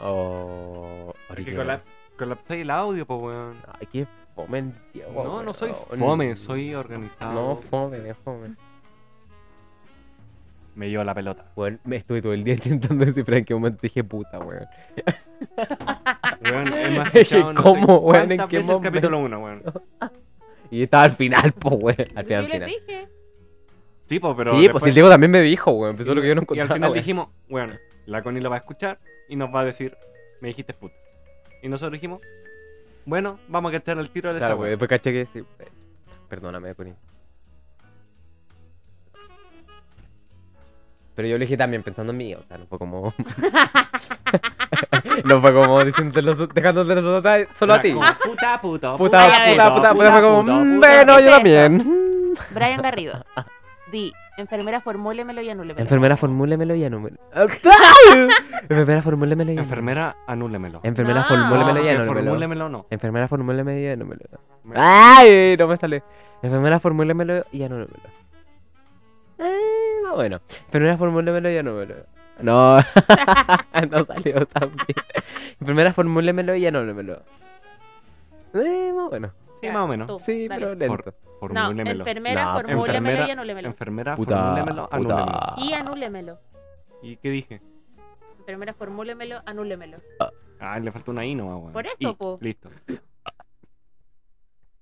Speaker 3: oh,
Speaker 2: Porque
Speaker 3: yo-
Speaker 2: colap- colapsáis el audio, pues, weón.
Speaker 3: Ay, qué fome, Diego,
Speaker 2: No, no soy
Speaker 3: weón.
Speaker 2: fome, soy organizado.
Speaker 3: No, fome, es fome.
Speaker 2: Me dio la pelota.
Speaker 3: Bueno, me estuve todo el día intentando descifrar en qué momento dije puta, weón.
Speaker 2: Weón, hemos
Speaker 3: Dije,
Speaker 2: escuchado no sé
Speaker 3: ¿cómo, weón?
Speaker 2: cuántas
Speaker 3: ¿En qué
Speaker 2: veces el capítulo 1, weón.
Speaker 3: Y estaba al final, po, weón. Al
Speaker 1: Yo
Speaker 3: final, al
Speaker 1: les
Speaker 3: final.
Speaker 1: dije.
Speaker 2: Sí, pues, pero.
Speaker 3: sí, pues
Speaker 2: después-
Speaker 3: el Diego también me dijo, weón. Empezó lo que yo no
Speaker 2: Y
Speaker 3: encontraba.
Speaker 2: al final
Speaker 3: weón.
Speaker 2: dijimos, bueno, la Connie lo va a escuchar y nos va a decir, me dijiste puta. Y nosotros dijimos, bueno, vamos a cachar el tiro de
Speaker 3: Claro,
Speaker 2: esa
Speaker 3: weón.
Speaker 2: weón.
Speaker 3: Después caché que sí. eh, Perdóname, Corín. Pero yo lo dije también pensando en mí, o sea, no fue como. no fue como diciéndolo, dejándolo solo a- solo a ti.
Speaker 2: Como, Puta, puta,
Speaker 3: Puta,
Speaker 1: Ay, a ver.
Speaker 3: puta, puta, puta, fue como. mm,
Speaker 2: puta".
Speaker 3: Bueno, yo
Speaker 1: Excepto.
Speaker 3: también.
Speaker 1: Brian Garrido. Di, enfermera, formúlemelo y anúlemelo.
Speaker 3: Enfermera, formúlemelo y anúmelo. Enfermera, formúlemelo y anúmelo.
Speaker 2: Enfermera, Ah. anúlemelo.
Speaker 3: Enfermera,
Speaker 1: No.
Speaker 3: formúlemelo Em, y
Speaker 2: Porque
Speaker 3: anúmelo.
Speaker 2: formúlemelo no.
Speaker 3: Enfermera, formúlemelo y anúmelo.
Speaker 2: Me-
Speaker 3: ¡Ay! No me sale. Enfermera, formúlemelo y anúmelo. Eh, más bueno. Enfermera, formúlemelo y anúmelo. No, no salió tan bien. Enfermera, formúlemelo y anúmelo. Eh, más bueno.
Speaker 2: Sí, más o menos.
Speaker 3: Sí,
Speaker 1: Dale.
Speaker 3: pero lento.
Speaker 1: No,
Speaker 2: Formúlemelo.
Speaker 1: enfermera,
Speaker 3: No,
Speaker 1: formúlemelo
Speaker 2: enfermera-
Speaker 1: y anúlemelo.
Speaker 2: Enfermera,
Speaker 3: Puta,
Speaker 2: formúlemelo, anúlemelo.
Speaker 3: puta.
Speaker 1: Y anúlemelo.
Speaker 2: ¿Y qué dije?
Speaker 1: Enfermera, formúlemelo, anúlemelo.
Speaker 2: Ah, le falta una I nomás, weón.
Speaker 1: Por eso,
Speaker 2: Y,
Speaker 1: po.
Speaker 2: Listo.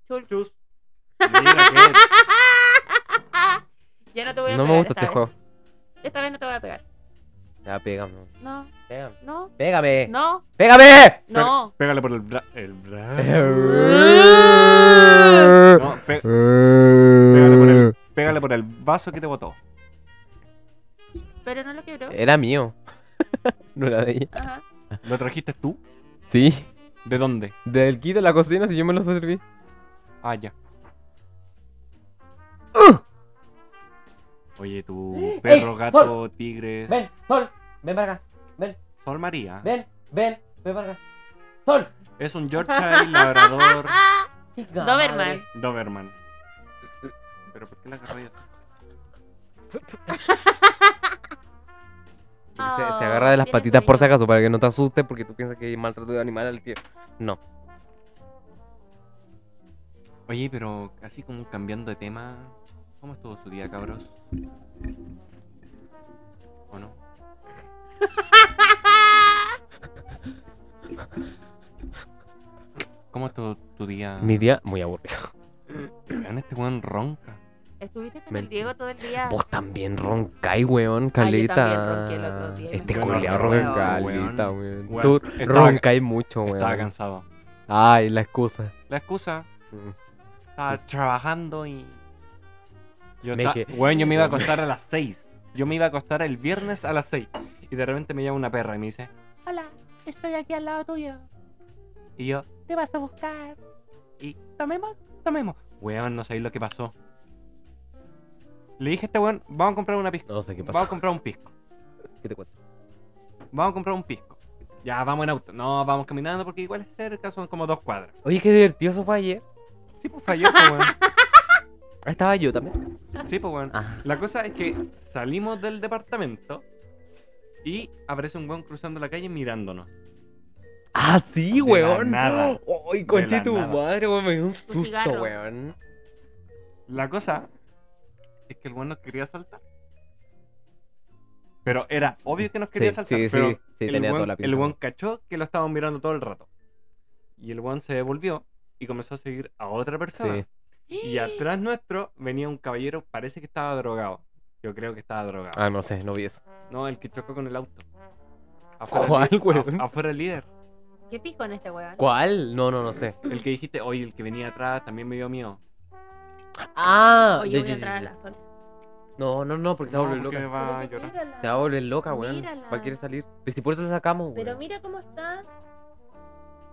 Speaker 1: Chul.
Speaker 2: Chus. Mira, qué-
Speaker 1: Ya no te voy a
Speaker 3: No
Speaker 1: pegar.
Speaker 3: me gusta este
Speaker 1: esta
Speaker 3: juego.
Speaker 1: vez. Esta vez no te voy a pegar.
Speaker 3: Ya, pégame.
Speaker 1: No,
Speaker 3: Pégame.
Speaker 1: no,
Speaker 3: Pégame.
Speaker 1: no,
Speaker 3: ¡Pégame!
Speaker 1: no.
Speaker 2: Pégale por el bra... El bra...
Speaker 3: No.
Speaker 2: No, pe- pégale por el... Pégale por el vaso que te botó.
Speaker 1: Pero no lo quiero.
Speaker 3: Era mío. no era de ella.
Speaker 1: Ajá.
Speaker 2: ¿Lo trajiste tú?
Speaker 3: Sí.
Speaker 2: ¿De dónde?
Speaker 3: Del kit de la cocina, si yo me los serví.
Speaker 2: Ah, ya. Oye, tu
Speaker 3: ¡Ey!
Speaker 2: perro,
Speaker 3: ¡Sol!
Speaker 2: gato, tigre.
Speaker 3: Ven, Sol. Ven para acá. Ven,
Speaker 2: Sol María.
Speaker 3: ven, ven, ven para acá. Sol.
Speaker 2: Es un Yorkshire labrador
Speaker 1: Ah,
Speaker 3: Chica
Speaker 1: Doberman.
Speaker 3: madre.
Speaker 2: Doberman. ¿Pero por qué la agarró ella?
Speaker 3: Se, se
Speaker 1: Oh,
Speaker 3: agarra de las
Speaker 1: tiene
Speaker 3: patitas por si
Speaker 1: frío.
Speaker 3: acaso para que no te asustes porque tú piensas que hay maltrato de animal al tío. No.
Speaker 2: Oye, pero así como cambiando de tema, ¿cómo estuvo su día, cabros? ¿O no? ¿Cómo estuvo tu día?
Speaker 3: Mi día muy aburrido.
Speaker 2: Vean, este weón ronca.
Speaker 1: Estuviste con
Speaker 3: Mentira.
Speaker 1: el Diego todo el día.
Speaker 3: Vos también roncáis, weón,
Speaker 1: Ay, Ah, yo
Speaker 3: caleta.
Speaker 1: también ronqué el otro día,
Speaker 3: Este
Speaker 2: Yo no
Speaker 3: culiao
Speaker 2: ronco,
Speaker 3: ronca
Speaker 2: weón.
Speaker 3: caleta, weón.
Speaker 2: Weón,
Speaker 3: Tú
Speaker 2: estaba-
Speaker 3: roncáis mucho, weón.
Speaker 2: Estaba cansado.
Speaker 3: Ay, la excusa.
Speaker 2: La excusa,
Speaker 3: Mm.
Speaker 2: estaba trabajando y. Yo,
Speaker 3: Me
Speaker 2: ta-
Speaker 3: que-
Speaker 2: weón, yo me iba a acostar a las 6. Yo me iba a acostar el viernes a las 6. Y de repente me llama una perra y me dice,
Speaker 1: Hola, estoy aquí al lado tuyo.
Speaker 2: y yo,
Speaker 1: Te vas a buscar.
Speaker 2: y tomemos, tomemos. Weón, no sabéis lo que pasó. Le dije a este weón, vamos a comprar una pisco.
Speaker 3: No sé qué
Speaker 2: Vamos a
Speaker 3: pasó.
Speaker 2: comprar un pisco.
Speaker 3: ¿Qué te cuento?
Speaker 2: Vamos a comprar un pisco. Ya, vamos en auto. No, vamos caminando porque igual es cerca, son como dos cuadras.
Speaker 3: Oye, qué divertido eso fue ayer.
Speaker 2: Sí, pues falló, pues, weón.
Speaker 3: Ah, Estaba yo también.
Speaker 2: Sí, pues, weón.
Speaker 3: Ah.
Speaker 2: La cosa es que salimos del departamento y aparece un weón cruzando la calle mirándonos.
Speaker 3: Ah, sí,
Speaker 2: De la
Speaker 3: weón.
Speaker 2: nada.
Speaker 3: Ay, conche
Speaker 2: la
Speaker 3: tu
Speaker 2: nada.
Speaker 3: madre, weón. Me dio un susto,
Speaker 1: cigarro.
Speaker 3: weón.
Speaker 2: La cosa es que el weón nos quería saltar. Pero era obvio que nos quería
Speaker 3: Sí,
Speaker 2: saltar.
Speaker 3: sí,
Speaker 2: pero
Speaker 3: sí, sí,
Speaker 2: el
Speaker 3: tenía
Speaker 2: weón-
Speaker 3: toda la pinta.
Speaker 2: El weón cachó que lo estaban mirando todo el rato. Y el weón se devolvió y comenzó a seguir a otra persona.
Speaker 3: Sí.
Speaker 2: Y atrás nuestro venía un caballero, parece que estaba drogado. Yo creo que estaba drogado.
Speaker 3: Ah, no sé, no vi eso.
Speaker 2: No, el que chocó con el auto.
Speaker 3: ¿Cuál,
Speaker 2: el líder,
Speaker 3: weón?
Speaker 2: af- afuera el líder.
Speaker 1: Qué pico en este weón.
Speaker 3: ¿Cuál? No, no, no sé.
Speaker 2: El que dijiste, oye, el que venía atrás también me dio miedo.
Speaker 3: Ah,
Speaker 1: Oye,
Speaker 3: ya,
Speaker 1: voy
Speaker 3: ya,
Speaker 1: a entrar a
Speaker 3: ya,
Speaker 1: la sol.
Speaker 3: ya. No, no, no, porque se va a volver
Speaker 2: No, porque
Speaker 3: loca.
Speaker 2: me va a llorar.
Speaker 3: Se va a volver loca, weón.
Speaker 1: Mírala.
Speaker 3: Va a querer salir. Pues si por eso la sacamos, weón.
Speaker 1: Pero mira cómo está.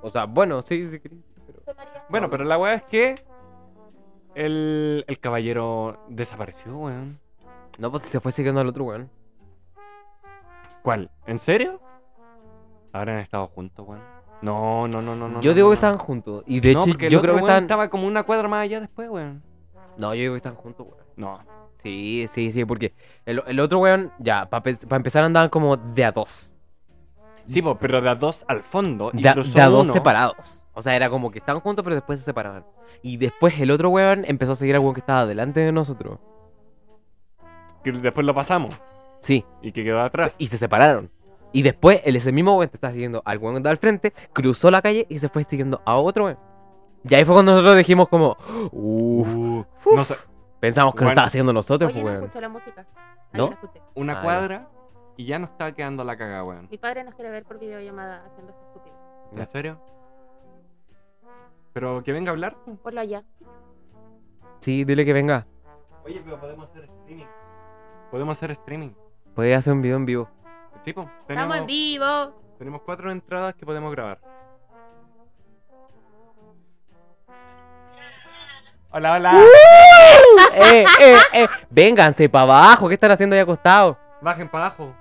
Speaker 3: O sea, bueno, sí, sí, sí, pero-
Speaker 1: José María.
Speaker 2: Bueno, pero la weá es que el, el caballero desapareció, weón.
Speaker 3: No, pues se fue siguiendo al otro, weón.
Speaker 2: ¿Cuál? ¿En serio? Habrán estado juntos, weón. No, no, no, no, no.
Speaker 3: yo
Speaker 2: no,
Speaker 3: digo
Speaker 2: no,
Speaker 3: que
Speaker 2: no.
Speaker 3: estaban juntos. Y de
Speaker 2: No,
Speaker 3: hecho,
Speaker 2: porque el
Speaker 3: yo
Speaker 2: otro
Speaker 3: creo que
Speaker 2: weón
Speaker 3: estaban.
Speaker 2: estaba como una cuadra más allá después, weón.
Speaker 3: No, yo digo que están juntos, weón.
Speaker 2: No.
Speaker 3: Sí, sí, sí, porque el, el otro weón, ya, para empezar andaban como de a dos.
Speaker 2: Sí, po, pero de a dos al fondo. Y
Speaker 3: De, a-
Speaker 2: cruzó
Speaker 3: de a dos
Speaker 2: uno.
Speaker 3: separados. O sea, era como que estaban juntos, pero después se separaban. Y después el otro weón empezó a seguir al weón que estaba delante de nosotros.
Speaker 2: Que después lo pasamos.
Speaker 3: Sí,
Speaker 2: Y que quedó atrás.
Speaker 3: y se separaron. Y después el, ese mismo weón te está siguiendo al weón que estaba al frente, cruzó la calle y se fue siguiendo a otro weón. Y ahí fue cuando nosotros dijimos como, uff,
Speaker 2: Uh,
Speaker 3: Uf.
Speaker 2: no sé,
Speaker 3: pensamos que lo
Speaker 2: Bueno.
Speaker 3: estaba haciendo nosotros,
Speaker 1: Oye,
Speaker 3: pues,
Speaker 1: no
Speaker 3: weón.
Speaker 1: escuché la música. Ahí
Speaker 3: ¿No?
Speaker 1: la escuché.
Speaker 2: una
Speaker 3: Ah,
Speaker 2: cuadra y ya nos estaba quedando la caga, weón.
Speaker 1: Mi padre nos quiere ver por videollamada haciendo esto estúpido.
Speaker 2: ¿En serio? Pero que venga a hablar.
Speaker 1: Ponlo allá.
Speaker 3: Sí, dile que venga.
Speaker 2: Oye, pero podemos hacer streaming. Podemos hacer streaming.
Speaker 3: Puede hacer un video en vivo.
Speaker 2: Sí, po,
Speaker 1: Estamos en
Speaker 2: tenemos-
Speaker 1: vivo.
Speaker 2: Tenemos cuatro entradas que podemos grabar. Hola, hola.
Speaker 3: eh, eh, eh. Vénganse para abajo, ¿qué están haciendo ahí acostados?
Speaker 2: Bajen para abajo.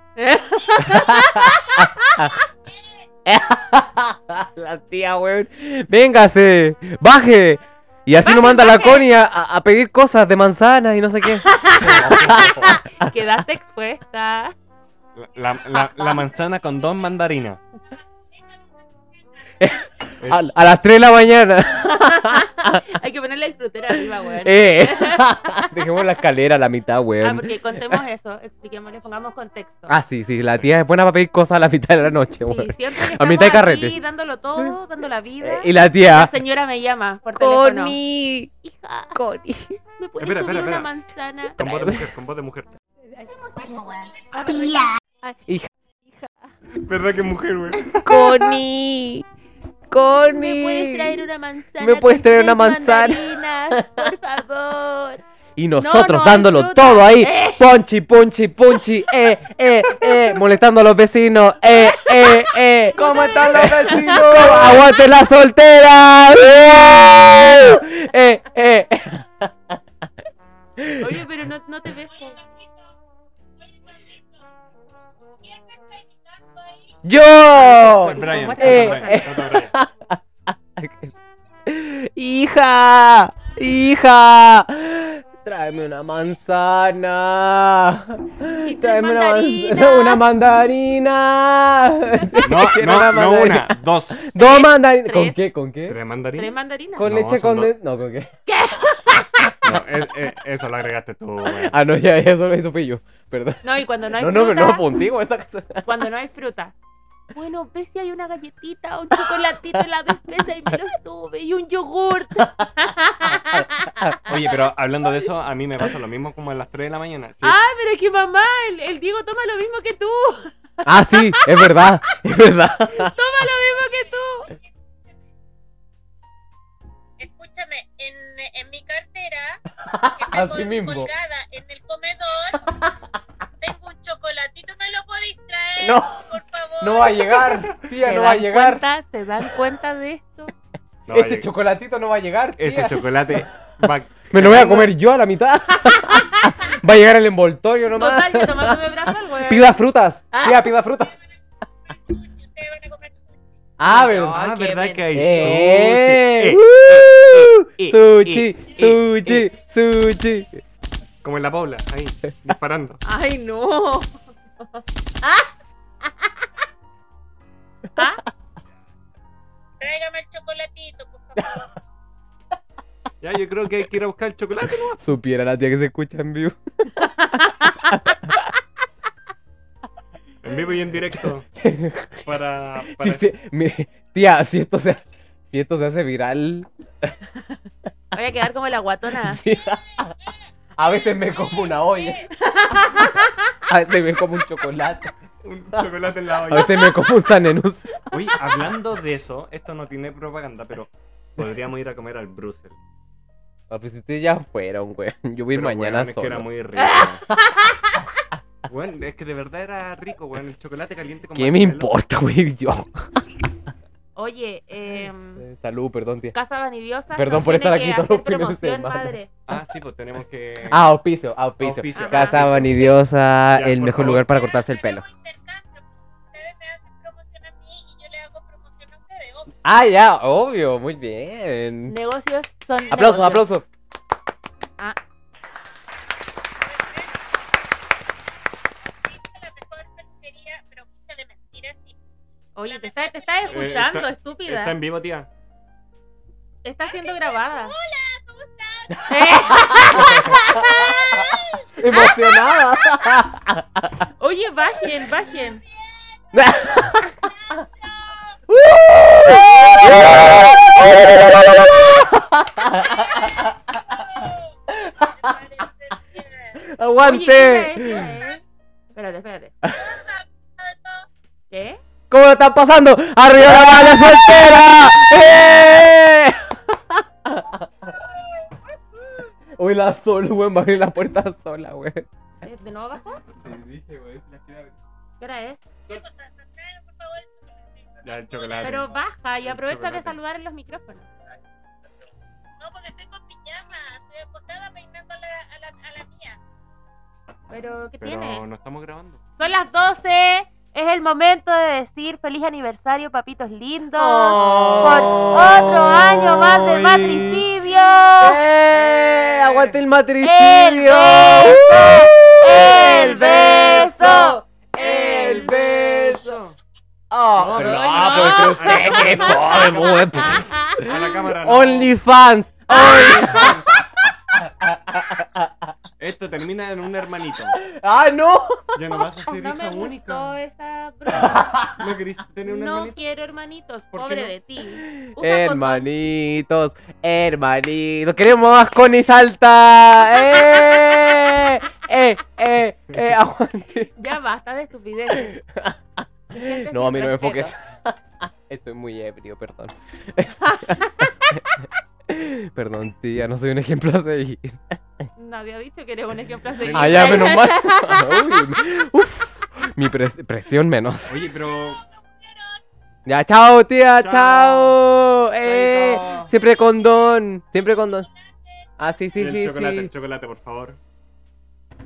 Speaker 3: la tía, weón. Véngase, baje. Y así nos manda la Connie a, a- a pedir cosas de manzanas y no sé qué.
Speaker 1: Quedaste expuesta.
Speaker 2: La, la- la manzana con dos mandarinas.
Speaker 3: A, a las 3 de la mañana.
Speaker 1: Hay que ponerle el frutero arriba, weón.
Speaker 3: Eh. Dejemos la escalera a la mitad,
Speaker 1: Ah,
Speaker 3: weón.
Speaker 1: porque contemos eso, expliquémosle, pongamos contexto.
Speaker 3: Ah, sí, sí, la tía es buena para pedir cosas a la mitad de la noche, weón.
Speaker 1: Sí, siempre que
Speaker 3: A mitad de
Speaker 1: estamos
Speaker 3: carrete.
Speaker 1: aquí dándolo todo, dando la vida.
Speaker 3: Eh, y la
Speaker 1: La
Speaker 3: tía.
Speaker 1: señora me llama por teléfono.
Speaker 4: Connie.
Speaker 1: Hija,
Speaker 4: Connie.
Speaker 1: ¿me puedes
Speaker 2: Espera,
Speaker 1: subir
Speaker 2: espera,
Speaker 1: una
Speaker 2: espera.
Speaker 1: manzana?
Speaker 2: Con voz de mujer, con voz de mujer.
Speaker 1: Ah, perdón.
Speaker 4: Tía.
Speaker 3: Hija.
Speaker 2: ¿Verdad que mujer, güey?
Speaker 4: Connie. Connie.
Speaker 1: ¿Me puedes traer una manzana?
Speaker 3: ¿Me puedes
Speaker 1: con
Speaker 3: traer una
Speaker 1: tres
Speaker 3: manzana?
Speaker 1: mandarinas, Por favor.
Speaker 3: Y nosotros
Speaker 1: No, Eh. no,
Speaker 3: dándolo
Speaker 1: ayuda.
Speaker 3: todo ahí. Ponchi, ponchi, ponchi. Eh, eh, eh. Molestando a los vecinos. Eh, eh, eh.
Speaker 2: ¿Cómo están los
Speaker 3: ¡Aguante
Speaker 2: vecinos?
Speaker 3: ¡Aguante la soltera! Eh, eh.
Speaker 1: Oye, pero no, no te ves. con-
Speaker 3: ¡Yo!
Speaker 2: Brian,
Speaker 1: ¿Cómo
Speaker 3: Eh, ¡Hija! ¡Hija! ¡Tráeme una manzana!
Speaker 1: Y tres
Speaker 3: ¡Tráeme una manzana!
Speaker 1: mandarinas.
Speaker 3: ¡Una mandarina!
Speaker 2: No,
Speaker 3: Quiero
Speaker 2: no,
Speaker 3: una
Speaker 2: no
Speaker 3: mandarina.
Speaker 2: una, dos.
Speaker 3: ¡Dos mandarinas! ¿Con
Speaker 1: tres.
Speaker 3: qué? ¿Con qué?
Speaker 2: ¿Tres mandarinas?
Speaker 1: Tres mandarinas.
Speaker 3: ¿Con
Speaker 2: No,
Speaker 3: leche
Speaker 2: son dos.
Speaker 3: con... No, ¿con qué?
Speaker 2: No, es- es- eso lo agregaste tú, güey.
Speaker 3: Ah, no, ya, ya, eso, eso fui yo. Perdón.
Speaker 1: No, y cuando no hay
Speaker 3: No, no,
Speaker 1: fruta.
Speaker 3: no, contigo. Esta...
Speaker 1: Cuando no hay fruta. Bueno, ve si hay una galletita o un chocolatito en la despensa y me lo sube. Y un yogurt.
Speaker 2: Oye, pero hablando de eso, a mí me pasa lo mismo como a las 3 de la mañana. Sí,
Speaker 1: Ay, Ah, pero es que mamá, el, el Diego toma lo mismo que tú.
Speaker 3: Ah, sí, es verdad. Es verdad.
Speaker 1: Toma lo mismo que tú.
Speaker 5: Escúchame, en, en mi cartera, que está
Speaker 3: Así
Speaker 5: col-
Speaker 3: mismo.
Speaker 5: colgada en el comedor, tengo un chocolatito, ¿me lo podéis traer?
Speaker 3: No.
Speaker 5: Por favor.
Speaker 3: No va a llegar, tía,
Speaker 1: ¿Se
Speaker 3: no va a
Speaker 1: dan
Speaker 3: llegar.
Speaker 1: Cuenta, ¿Se dan cuenta de esto?
Speaker 2: no,
Speaker 3: Ese
Speaker 2: oye,
Speaker 3: chocolatito no va a llegar. Tía.
Speaker 2: ese chocolate va-
Speaker 3: Me lo voy a comer yo a la mitad. va a llegar el envoltorio nomás.
Speaker 1: Total, que tomándome brazo al huevo.
Speaker 3: Pida frutas.
Speaker 1: Ah.
Speaker 3: Tía, pida frutas.
Speaker 5: Sushi, Ustedes van a comer sushi.
Speaker 3: Ah,
Speaker 1: verdad.
Speaker 2: Ah,
Speaker 1: qué
Speaker 2: ¿verdad que hay
Speaker 3: Eh,
Speaker 2: sushi?
Speaker 3: uh,
Speaker 2: Eh, eh, eh,
Speaker 3: Sushi,
Speaker 2: eh,
Speaker 3: sushi, sushi.
Speaker 2: como en la Paula, ahí, disparando.
Speaker 1: Ay, no.
Speaker 5: Tráigame el chocolatito, por favor.
Speaker 2: Ya, yo creo que hay que ir a buscar el chocolate. ¿no?
Speaker 3: Supiera la tía que se escucha en vivo.
Speaker 2: En vivo y en directo. Para.
Speaker 3: Si
Speaker 2: para-
Speaker 3: se- mi- tía, si esto se, si esto se hace viral,
Speaker 1: Voy a quedar como la guatona.
Speaker 3: sí. a veces me como una olla. A veces me como un chocolate.
Speaker 2: un chocolate en la
Speaker 3: A
Speaker 2: olla.
Speaker 3: veces me como un sanenus.
Speaker 2: Oye, hablando de eso, esto no tiene propaganda, pero podríamos ir a comer al Brussels.
Speaker 3: Ah, pues ustedes ya fueron, weón. Yo voy a ir
Speaker 2: Pero,
Speaker 3: mañana
Speaker 2: weón, Es que era
Speaker 3: solo.
Speaker 2: muy rico. Bueno, es que de verdad era rico, weón. El chocolate caliente con
Speaker 3: ¿Qué me
Speaker 2: marshmallow.
Speaker 3: importa, güey? Yo.
Speaker 1: Oye, em,
Speaker 3: Salud, perdón, tía.
Speaker 1: Casa Vanidiosa.
Speaker 3: Perdón
Speaker 1: nos
Speaker 3: por estar
Speaker 1: tiene que
Speaker 3: aquí todos los
Speaker 1: hacer
Speaker 3: fines de
Speaker 1: promoción,
Speaker 3: semana.
Speaker 1: madre.
Speaker 2: Ah, sí, pues tenemos que.
Speaker 3: Ah, auspicio, auspicio.
Speaker 2: Auspicio.
Speaker 3: Casa
Speaker 1: Ajá.
Speaker 3: vanidiosa,
Speaker 2: Ya,
Speaker 3: el
Speaker 2: por
Speaker 3: mejor
Speaker 2: favor.
Speaker 3: lugar para cortarse el pelo.
Speaker 5: Hagamos intercambio. Ustedes me hacen promoción a mí y yo le hago promoción a ustedes. obvio.
Speaker 3: Ah, ya, obvio, muy bien.
Speaker 1: Negocios son.
Speaker 3: Aplausos,
Speaker 1: negocios.
Speaker 3: aplausos.
Speaker 5: Fuiste la mejor peluquería, pero fuiste de mentiras. sí.
Speaker 1: Oye, te estás, te estás
Speaker 2: Eh,
Speaker 1: escuchando,
Speaker 2: está-
Speaker 1: estúpida.
Speaker 2: Está en vivo, tía.
Speaker 1: Está siendo grabada.
Speaker 5: ¿Cómo estás?
Speaker 3: Emocionada.
Speaker 1: Oye, bajen, bajen.
Speaker 5: Me parece bien.
Speaker 1: Oye, ¿qué
Speaker 3: ¡Aguante!
Speaker 1: era eso, eh? Espérate, espérate.
Speaker 5: Ah,
Speaker 1: ¿Qué?
Speaker 3: ¿Cómo lo están pasando? ¡Arriba la mala soltera! ¡Eh! Uy, la sol, weón, va a abrir la puerta sola, weón.
Speaker 1: ¿Eh, ¿De nuevo abajo? ¿Qué hora es?
Speaker 5: ¿Qué cosas? Tráelo, pues, por favor.
Speaker 2: Ya, el chocolate.
Speaker 1: Pero baja y
Speaker 2: El
Speaker 1: aprovecha de
Speaker 2: chocolate.
Speaker 1: saludar en los micrófonos.
Speaker 5: No, porque estoy con pijama. Estoy acostada peinando a la, a la, a la mía.
Speaker 1: Pero, ¿qué
Speaker 2: Pero
Speaker 1: tiene?
Speaker 2: no estamos grabando.
Speaker 1: Son las 12. Es el momento de decir feliz aniversario, papitos lindos. Por otro año más de matricidio.
Speaker 3: ¡Eh! ¡Aguante el
Speaker 1: ¡El
Speaker 3: matricidio!
Speaker 1: beso! ¡El beso!
Speaker 3: ¡Uh! ¡El beso! Oh, pero,
Speaker 2: pero-
Speaker 3: ah, pero usted, qué fome, weón. Pff.
Speaker 2: A la cámara. no.
Speaker 3: OnlyFans.
Speaker 2: Esto termina en un hermanito.
Speaker 3: ¡Ah, no!
Speaker 2: Ya no vas a ser
Speaker 1: No
Speaker 2: hija
Speaker 1: me gustó
Speaker 2: única.
Speaker 1: esa broma.
Speaker 2: No querés tener un
Speaker 1: No
Speaker 2: hermanito.
Speaker 1: quiero hermanitos,
Speaker 2: ¿Por qué
Speaker 1: pobre
Speaker 2: no?
Speaker 1: de ti. Usa
Speaker 3: Hermanitos, hermanitos, queremos más con y salta. ¡Eh! ¡Eh, eh, eh! ¡Aguante!
Speaker 1: condón. Ya basta de estupidez.
Speaker 3: No, a mí no me enfoques. Estoy muy ebrio, perdón. perdón, tía, no soy un ejemplo a seguir.
Speaker 1: No había dicho que eres un ejemplo a seguir.
Speaker 3: Ah, ya, menos mal. Uy, uf, mi pres- presión menos.
Speaker 2: Oye, pero.
Speaker 3: Ya, chao, tía, chao.
Speaker 2: Chao.
Speaker 3: Eh,
Speaker 2: Chaito.
Speaker 3: siempre con don, siempre con don. Ah, sí, sí,
Speaker 2: el
Speaker 3: sí,
Speaker 2: chocolate, el
Speaker 3: sí.
Speaker 2: chocolate, por favor.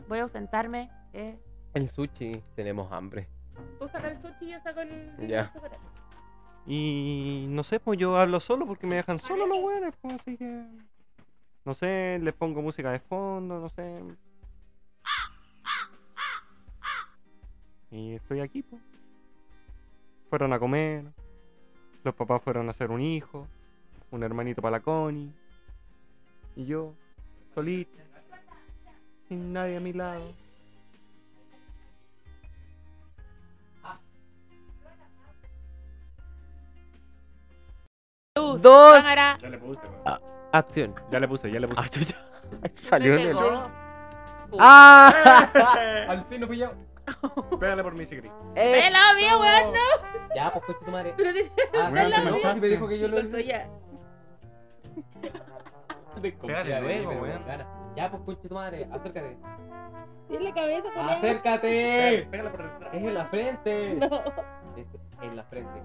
Speaker 1: Voy a ausentarme. eh.
Speaker 3: El sushi, tenemos hambre.
Speaker 1: Tú sacas el sushi y yo saco el.
Speaker 3: Ya.
Speaker 2: Y no sé, pues yo hablo solo porque me dejan solo los weones, pues así que. No sé, les pongo música de fondo, no sé. Y estoy aquí, pues. Fueron a comer. Los papás fueron a hacer un hijo. Un hermanito para la Connie. Y yo, solito. Sin nadie a mi lado.
Speaker 1: Luz,
Speaker 3: Dos.
Speaker 1: cámara,
Speaker 2: Ya le puse,
Speaker 3: Acción.
Speaker 2: Ya le puse, ya le puse.
Speaker 3: Ah, chucha. Salió
Speaker 1: me
Speaker 3: en el.
Speaker 1: pegó.
Speaker 3: ¡Ah!
Speaker 2: Pégale
Speaker 3: Al fin no fui yo.
Speaker 2: por mi secreto.
Speaker 1: Me la había, weón,
Speaker 3: no! Ya, pues coche tu madre.
Speaker 1: no.
Speaker 3: Ah,
Speaker 2: Weón, te manchaste.
Speaker 3: sí me dijo que yo lo
Speaker 1: Soy ya.
Speaker 3: Desconfía de mí,
Speaker 2: Pégale luego,
Speaker 3: pero
Speaker 2: weón.
Speaker 3: con ganas. Ya, pues coche tu madre, acércate.
Speaker 4: En la cabeza,
Speaker 3: ¡Acércate! Es
Speaker 2: Pégale por el
Speaker 3: en la frente.
Speaker 4: No.
Speaker 3: Es en la frente.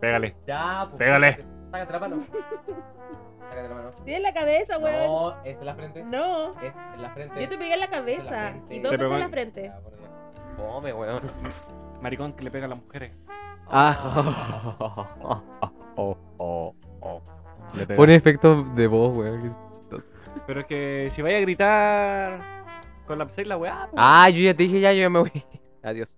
Speaker 2: Pégale.
Speaker 3: Ya, pues.
Speaker 2: Pégale.
Speaker 3: sácate. Sácate la mano. Sácate la mano.
Speaker 4: Tiene la cabeza, weón.
Speaker 3: No, es en la frente.
Speaker 4: No.
Speaker 3: Es en la frente.
Speaker 4: Yo te pegué en la
Speaker 3: Es en la
Speaker 4: cabeza.
Speaker 3: frente.
Speaker 4: Y
Speaker 2: Te
Speaker 4: dos veces
Speaker 2: pegó
Speaker 4: en la
Speaker 2: en-
Speaker 4: frente.
Speaker 3: Ya, por Dios. Come, weón.
Speaker 2: Maricón que le pega a las mujeres.
Speaker 3: Ah,
Speaker 2: Le pega.
Speaker 3: Pone efecto de voz, weón.
Speaker 2: Pero es que si vaya a gritar, colapséis la weá. pues, po.
Speaker 3: Ah, yo ya te dije, ya, yo ya me voy. Adiós.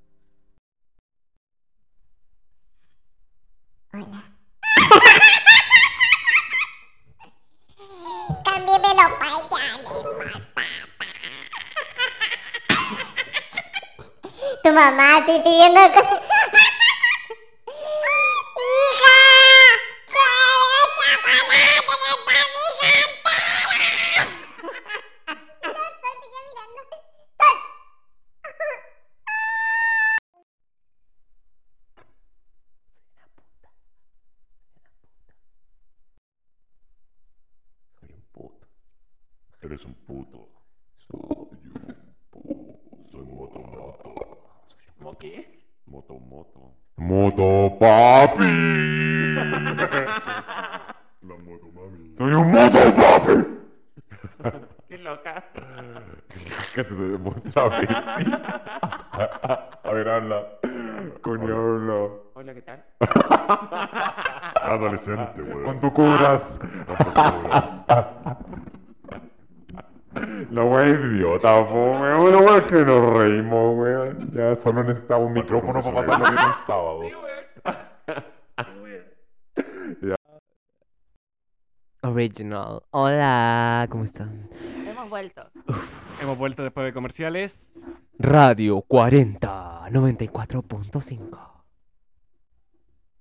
Speaker 6: Cámbiame los pañales, papá. Tu mamá te pidiendo cosas. ¡Hija! ¡Derecha para adelante, mi cantada! Sol, sol, te quedo mirando. ¡Sol!
Speaker 7: eres un puto. Soy un puto. Soy moto moto.
Speaker 8: ¿Cómo qué?
Speaker 7: Moto moto. Moto papi. La moto mami. Soy un moto papi.
Speaker 8: Qué loca.
Speaker 7: Cállate, soy un moto travesti. A ver, habla. Coño, habla.
Speaker 8: Hola, ¿qué tal?
Speaker 7: Adolescente, güey. ¿Cuánto cobras? La wea idiota, po, weón. Bueno, weón, que nos reímos, weón. Ya solo necesitaba un micrófono para pasar lo que era un sábado.
Speaker 3: Original. Hola, ¿cómo están?
Speaker 1: Hemos vuelto.
Speaker 3: Ah.
Speaker 2: Hemos vuelto después de comerciales.
Speaker 3: Radio 40 94.5.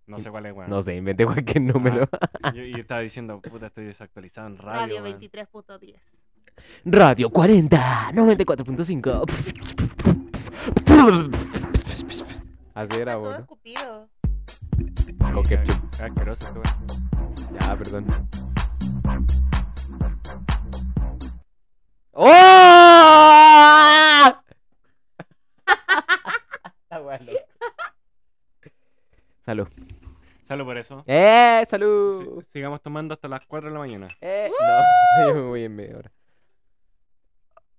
Speaker 2: No sé cuál es, weón. Ah,
Speaker 3: No sé, inventé cualquier número.
Speaker 2: Yo, yo estaba diciendo, puta, estoy desactualizado en radio.
Speaker 1: Radio
Speaker 2: weón.
Speaker 1: 23.10.
Speaker 3: Radio 40 94.5. Así
Speaker 1: Está
Speaker 3: era,
Speaker 1: todo
Speaker 3: bueno.
Speaker 1: escupido.
Speaker 3: Con ketchup.
Speaker 2: Qué asqueroso este weón.
Speaker 3: Ya, perdón. ¡Oh! La wea loca. Salud.
Speaker 2: Salud por eso.
Speaker 3: ¡Eh!
Speaker 2: Si-
Speaker 3: ¡Salud!
Speaker 2: sigamos tomando hasta las 4 de la mañana.
Speaker 3: ¡Eh! No, yo me voy en media hora.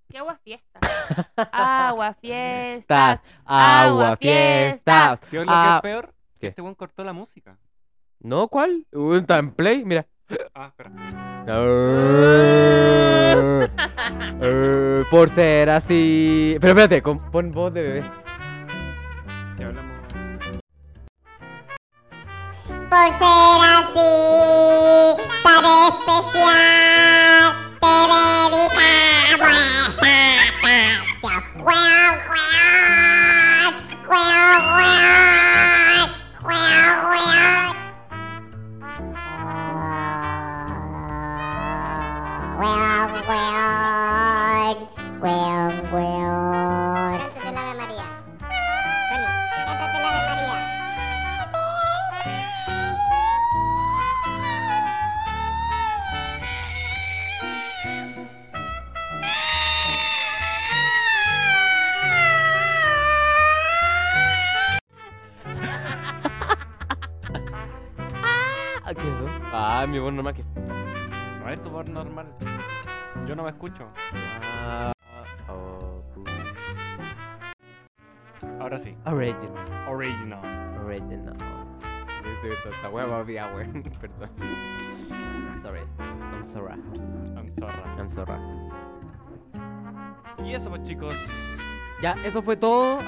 Speaker 1: ¡Qué agua fiesta! ¡Agua fiesta!
Speaker 3: Estás, agua, fiestas.
Speaker 2: ¿Qué es lo
Speaker 3: Ah,
Speaker 2: que es peor?
Speaker 3: ¿qué?
Speaker 2: Este weón cortó la música.
Speaker 3: ¿No? ¿Cuál? Uh, ¿Está en play? Mira.
Speaker 2: Ah, espera.
Speaker 3: Eh, por ser así. Pero espérate, con- pon voz de bebé.
Speaker 2: Ya hablamos.
Speaker 6: Por ser así, tan especial, te dedicamos esta canción. Weón, weón, weón, weón, weón, weón. Weón, weón, weón, weón. Cántate la Ave María. Sony, cántate la Ave María.
Speaker 3: Ah, ¿Qué es eso? Ah, mi voz normal que.
Speaker 2: No es tu voz normal. Yo no me escucho.
Speaker 3: Ah, oh,
Speaker 2: Ahora sí.
Speaker 3: original.
Speaker 2: Original.
Speaker 3: Original. Este, Esta hueá va bien, weón. Perdón. Sorry. I'm sorry.
Speaker 2: I'm sorry.
Speaker 3: I'm sorry.
Speaker 2: Y eso pues chicos.
Speaker 3: Ya, eso fue todo.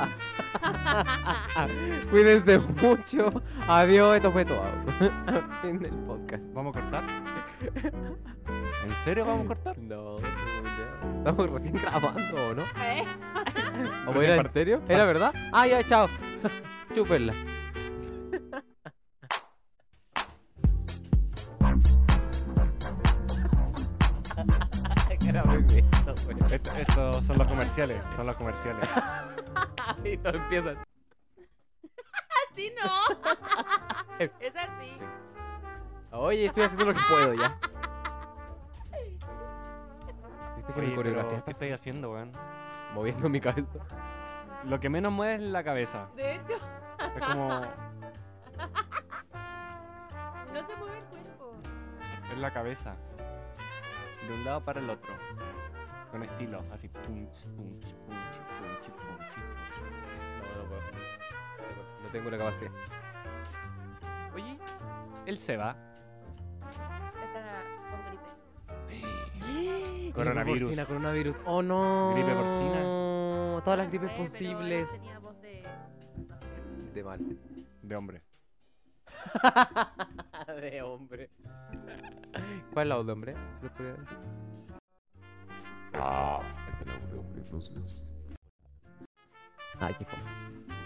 Speaker 3: Cuídense mucho. Adiós, esto fue todo. fin del podcast.
Speaker 2: ¿Vamos a cortar? ¿En serio vamos a cortar?
Speaker 3: No, ya. estamos recién grabando, ¿o no?
Speaker 1: ¿Eh?
Speaker 3: ¿O era en
Speaker 2: part-
Speaker 3: serio? ¿Era verdad? Ah, ya, chao. Chúpenla. Era muy bien, güey.
Speaker 2: Est- estos son los comerciales. Son los comerciales.
Speaker 3: Y todo empieza.
Speaker 1: ¡Así no! es así.
Speaker 3: Oye, estoy haciendo lo que puedo ya. ¿Viste que mi
Speaker 2: Oye, pero,
Speaker 3: coreografía
Speaker 2: ¿Qué
Speaker 3: está
Speaker 2: estoy haciendo, weón?
Speaker 3: moviendo mi cabeza?
Speaker 2: Lo que menos mueve es la cabeza.
Speaker 1: De hecho,
Speaker 2: Es como.
Speaker 1: no se mueve el cuerpo.
Speaker 2: Es la cabeza. De un lado para el otro. Con estilo. Así. Punch, punch, punch, punch, punch.
Speaker 3: No, no puedo. No tengo la capacidad.
Speaker 2: Oye, él se va.
Speaker 1: Está con gripe.
Speaker 2: Coronavirus.
Speaker 3: Gripe porcina, coronavirus. Oh no.
Speaker 2: Gripe
Speaker 3: porcina. Todas las gripes
Speaker 1: Eh, pero él
Speaker 3: posibles.
Speaker 1: tenía voz de-
Speaker 3: De mal.
Speaker 2: De hombre.
Speaker 3: de hombre. ¿Cuál es la voz de hombre? ¿Se lo podría decir?
Speaker 7: Ah, este no es un hombre, entonces.
Speaker 3: Ay, qué fome.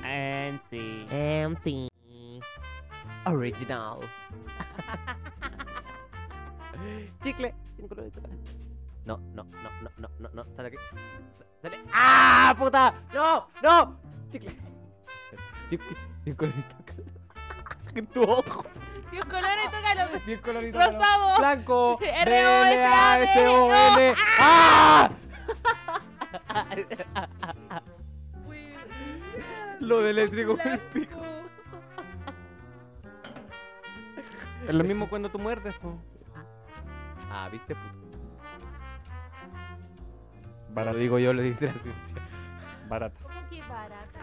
Speaker 8: And sí.
Speaker 3: MC. Original. Chicle. Tiene color de chocolate. No, no, no, no, no, no, no. Sale aquí. Sa- Sale. ¡Ah, puta! ¡No, no! Chicle. Chicle. Tiene color de chocolate. En tu ojo.
Speaker 1: Dios colores,
Speaker 3: Ah,
Speaker 1: tócalo.
Speaker 3: Bien colorido.
Speaker 1: Rosado.
Speaker 3: Blanco.
Speaker 1: R
Speaker 3: B,
Speaker 1: O S
Speaker 3: L, A,
Speaker 1: A, D,
Speaker 3: S, O,
Speaker 1: O.
Speaker 3: N. ¡Ah! Lo del eléctrico.
Speaker 2: Es lo mismo cuando tú muerdes, po.
Speaker 3: Ah, viste, puto. Lo digo yo, lo dice la ciencia.
Speaker 2: Barato.
Speaker 1: ¿Cómo que barata?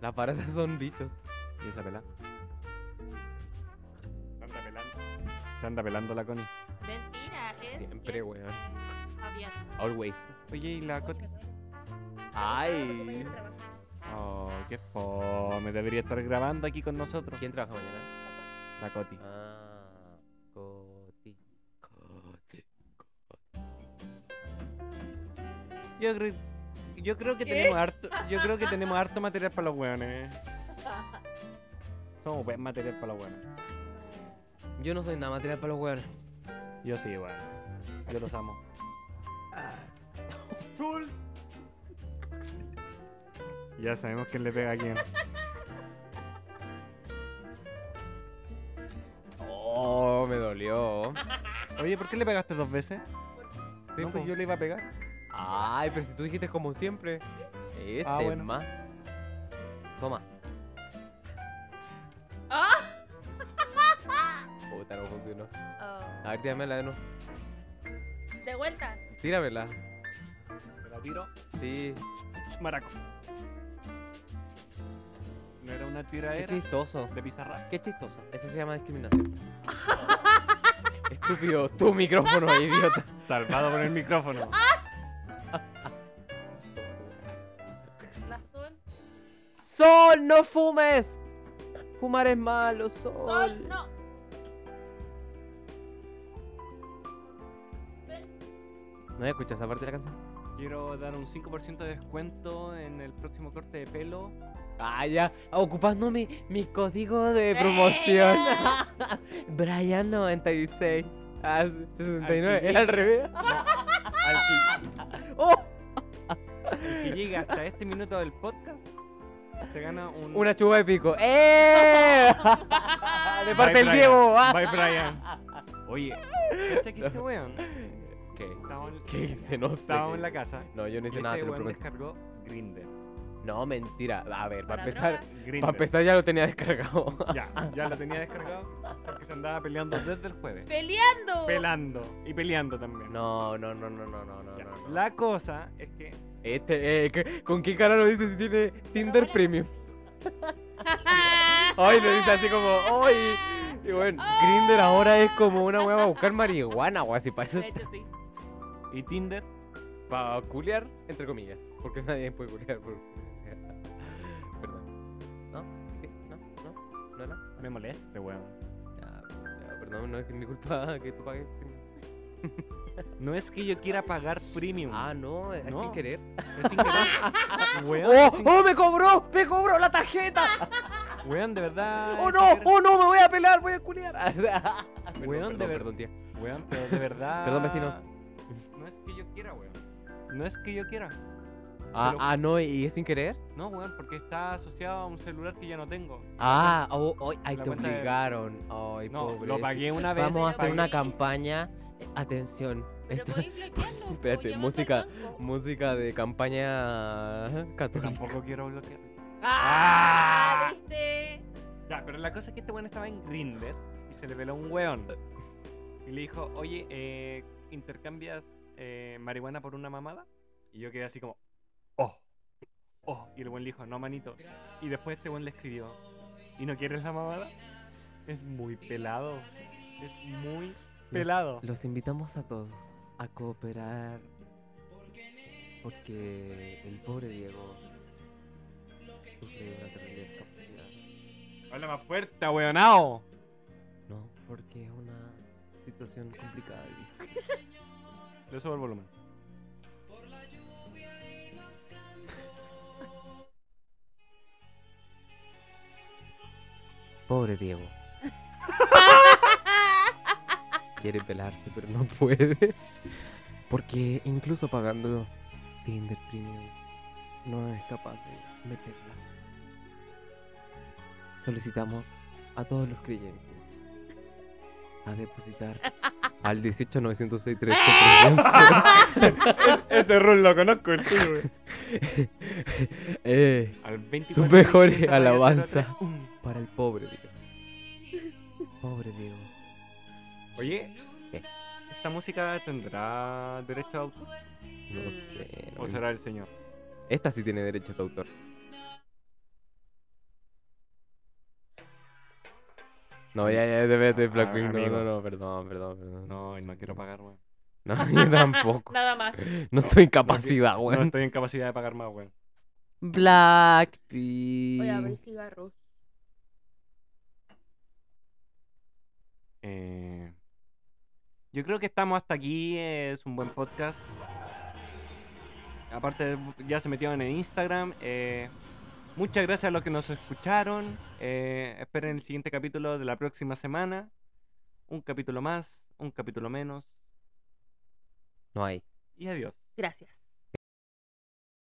Speaker 3: Las baratas son bichos. Y esa pelada.
Speaker 2: Se anda pelando. Se anda pelando la Connie.
Speaker 1: Mentira, es.
Speaker 3: Siempre,
Speaker 1: es-
Speaker 3: weón.
Speaker 1: Javier.
Speaker 3: Always.
Speaker 2: Oye, ¿y la Coti?
Speaker 3: Ay.
Speaker 2: Oh, qué fome. Debería estar grabando aquí con nosotros.
Speaker 3: ¿Quién trabaja mañana?
Speaker 2: La Coti.
Speaker 3: Ah. Coti. Coti.
Speaker 2: Yo creo, yo creo que tenemos harto, yo creo que tenemos harto material para los weones. Somos buen material para los weones.
Speaker 3: Yo no soy nada material para los weones.
Speaker 2: Yo sí, weón. Yo los amo. Ya sabemos quién le pega a quién.
Speaker 3: Oh, me dolió.
Speaker 2: Oye, ¿por qué le pegaste dos veces?
Speaker 3: Sí,
Speaker 2: No,
Speaker 3: po.
Speaker 2: pues yo le iba a pegar.
Speaker 3: Ay, pero si tú dijiste como siempre. Este
Speaker 2: Ah, bueno.
Speaker 3: es más. Toma.
Speaker 1: ¡Ah!
Speaker 3: Puta, no funcionó.
Speaker 1: Oh.
Speaker 3: A ver, tíramela de nuevo.
Speaker 1: De vuelta.
Speaker 3: Tíramela.
Speaker 2: Te la tiro.
Speaker 3: Sí.
Speaker 2: Maraco. No era una
Speaker 3: Qué
Speaker 2: tiradera
Speaker 3: chistoso.
Speaker 2: de pizarra.
Speaker 3: Qué chistoso. Eso se llama discriminación. Estúpido, tu micrófono, idiota.
Speaker 2: Salvado por el micrófono.
Speaker 1: La azul.
Speaker 3: ¡Sol, no fumes! Fumar es malo, sol.
Speaker 1: Sol, no.
Speaker 3: ¿No escuchas esa parte de la canción?
Speaker 2: Quiero dar un 5% de descuento en el próximo corte de pelo.
Speaker 3: Ah, ya. Ocupando mi, mi código de promoción. Brian 96. Ah, 69. Era al revés.
Speaker 2: Al
Speaker 3: ¡Oh!
Speaker 2: que, el que llegue hasta este minuto del podcast se gana un.
Speaker 3: Una chupa de pico. ¡Eh! De parte del Diego. Ah.
Speaker 2: Bye, Brian. Oye, ¿cacha que este weón?
Speaker 3: ¿Qué?
Speaker 2: Estábamos en-
Speaker 3: ¿Qué hice? No sé.
Speaker 2: Estábamos en la casa.
Speaker 3: No, yo no hice
Speaker 2: y
Speaker 3: nada, te
Speaker 2: este
Speaker 3: lo
Speaker 2: weón
Speaker 3: prometo.
Speaker 2: descargó Grindr.
Speaker 3: No, mentira. A ver, para
Speaker 1: Para
Speaker 3: empezar,
Speaker 1: drogas.
Speaker 2: Grindr.
Speaker 3: para empezar ya lo tenía descargado.
Speaker 2: Ya, ya lo tenía descargado porque se andaba peleando desde el jueves.
Speaker 1: ¡Peleando!
Speaker 2: Pelando. Y peleando también.
Speaker 3: No, no, no, no, no, no, no,
Speaker 2: Ya.
Speaker 3: no. no.
Speaker 2: La cosa es que
Speaker 3: Este, eh, ¿qué- ¿con qué cara lo dice si tiene Tinder Premium? Ay, lo dice así como, ay. Y bueno, Grinder ahora es como una wea para buscar marihuana, wea, si para eso
Speaker 1: De hecho, sí.
Speaker 2: y Tinder
Speaker 3: para culiar, entre comillas, porque nadie puede culiar por... Perdón. ¿No? ¿Sí? ¿No? ¿No? ¿No era?
Speaker 2: me molesta, weón.
Speaker 3: Ah, ya, Perdón, no es que es mi culpa que tú pagues premium.
Speaker 2: No es que yo quiera pagar premium.
Speaker 3: Ah, no, es
Speaker 2: Mm. No.
Speaker 3: sin querer.
Speaker 2: Es sin querer. weón,
Speaker 3: ¡Oh!
Speaker 2: es sin-
Speaker 3: ¡Oh, me cobró! ¡Me cobró la tarjeta!
Speaker 2: weón, de verdad.
Speaker 3: ¡Oh,
Speaker 2: es
Speaker 3: no!
Speaker 2: sin querer.
Speaker 3: ¡Oh, no! ¡Me voy a pelar! ¡Voy a culiar! Perdón, perdón,
Speaker 2: Weón, de ver-
Speaker 3: perdón, tía.
Speaker 2: Weón, pero de verdad.
Speaker 3: Perdón, vecinos.
Speaker 2: No es que yo quiera, weón. No es que yo quiera.
Speaker 3: Ah,
Speaker 2: Pero-
Speaker 3: ah, no, ¿y es sin querer?
Speaker 2: No, weón, porque está asociado a un celular que ya no tengo.
Speaker 3: Ah, oh, oh, ay,
Speaker 2: La
Speaker 3: te
Speaker 2: cuenta de-
Speaker 3: obligaron. Ay,
Speaker 2: No,
Speaker 3: pobre.
Speaker 2: lo pagué una vez.
Speaker 3: Vamos a hacer
Speaker 2: pagué-
Speaker 3: una campaña. Eh, Atención.
Speaker 5: Pero
Speaker 3: esto-
Speaker 5: podéis bloquearlo. po,
Speaker 3: Espérate,
Speaker 5: llamas al
Speaker 3: música.
Speaker 5: banco.
Speaker 3: Música de campaña
Speaker 2: Pero
Speaker 3: católica.
Speaker 2: Tampoco quiero bloquear.
Speaker 1: ¡Ah! ¿Viste?
Speaker 2: Ya, pero la cosa es que este weón estaba en Grindr y se le peló un weón. Y le dijo, oye, eh, ¿intercambias eh, marihuana por una mamada? Y yo quedé así como, oh, oh. Y el weón le dijo, no, manito. Y después ese weón le escribió, ¿y no quieres la mamada? Es muy pelado. Es muy pelado.
Speaker 3: Los, los invitamos a todos a cooperar. Porque el pobre Diego sufre de una terrible discapacidad.
Speaker 2: Habla más fuerte, weonao.
Speaker 3: No, porque es una situación complicada. y difícil.
Speaker 2: Le subo el volumen.
Speaker 3: Pobre Diego. Quiere pelarse, pero no puede. Porque incluso pagando Tinder Premium, no es capaz de meterla. Solicitamos a todos los creyentes a depositar al 18963.
Speaker 2: Ese rol lo conozco, el tuyo, güey.
Speaker 3: eh,
Speaker 2: Al 24
Speaker 3: sus mejores
Speaker 2: empieza a rayar
Speaker 3: alabanzas
Speaker 2: su tele.
Speaker 3: ¡um! para el pobre Diego. Pobre Diego.
Speaker 2: Oye,
Speaker 3: ¿Qué?
Speaker 2: ¿esta música tendrá derecho a autor?
Speaker 3: No sé. no
Speaker 2: ¿O
Speaker 3: me-
Speaker 2: será el señor?
Speaker 3: Mm. Esta sí tiene derechos de autor. No, ya, ya, espérate,
Speaker 2: Ah,
Speaker 3: Blackwing. No,
Speaker 2: amigo.
Speaker 3: no, no, perdón, perdón, perdón. No,
Speaker 2: No, no quiero pagar, weón.
Speaker 3: yo tampoco.
Speaker 1: Nada más.
Speaker 3: No estoy en capacidad,
Speaker 2: No
Speaker 3: weón.
Speaker 2: estoy en capacidad de pagar más, weón.
Speaker 1: Voy a ver
Speaker 3: Blackpink.
Speaker 1: cigarros.
Speaker 2: Eh, yo creo que estamos hasta aquí. eh, Es un buen podcast. Aparte, ya se metieron en Instagram. eh, muchas gracias a los que nos escucharon. eh, esperen el siguiente capítulo de la próxima semana. Un capítulo más, un capítulo menos.
Speaker 3: No hay.
Speaker 2: Y adiós.
Speaker 1: Gracias.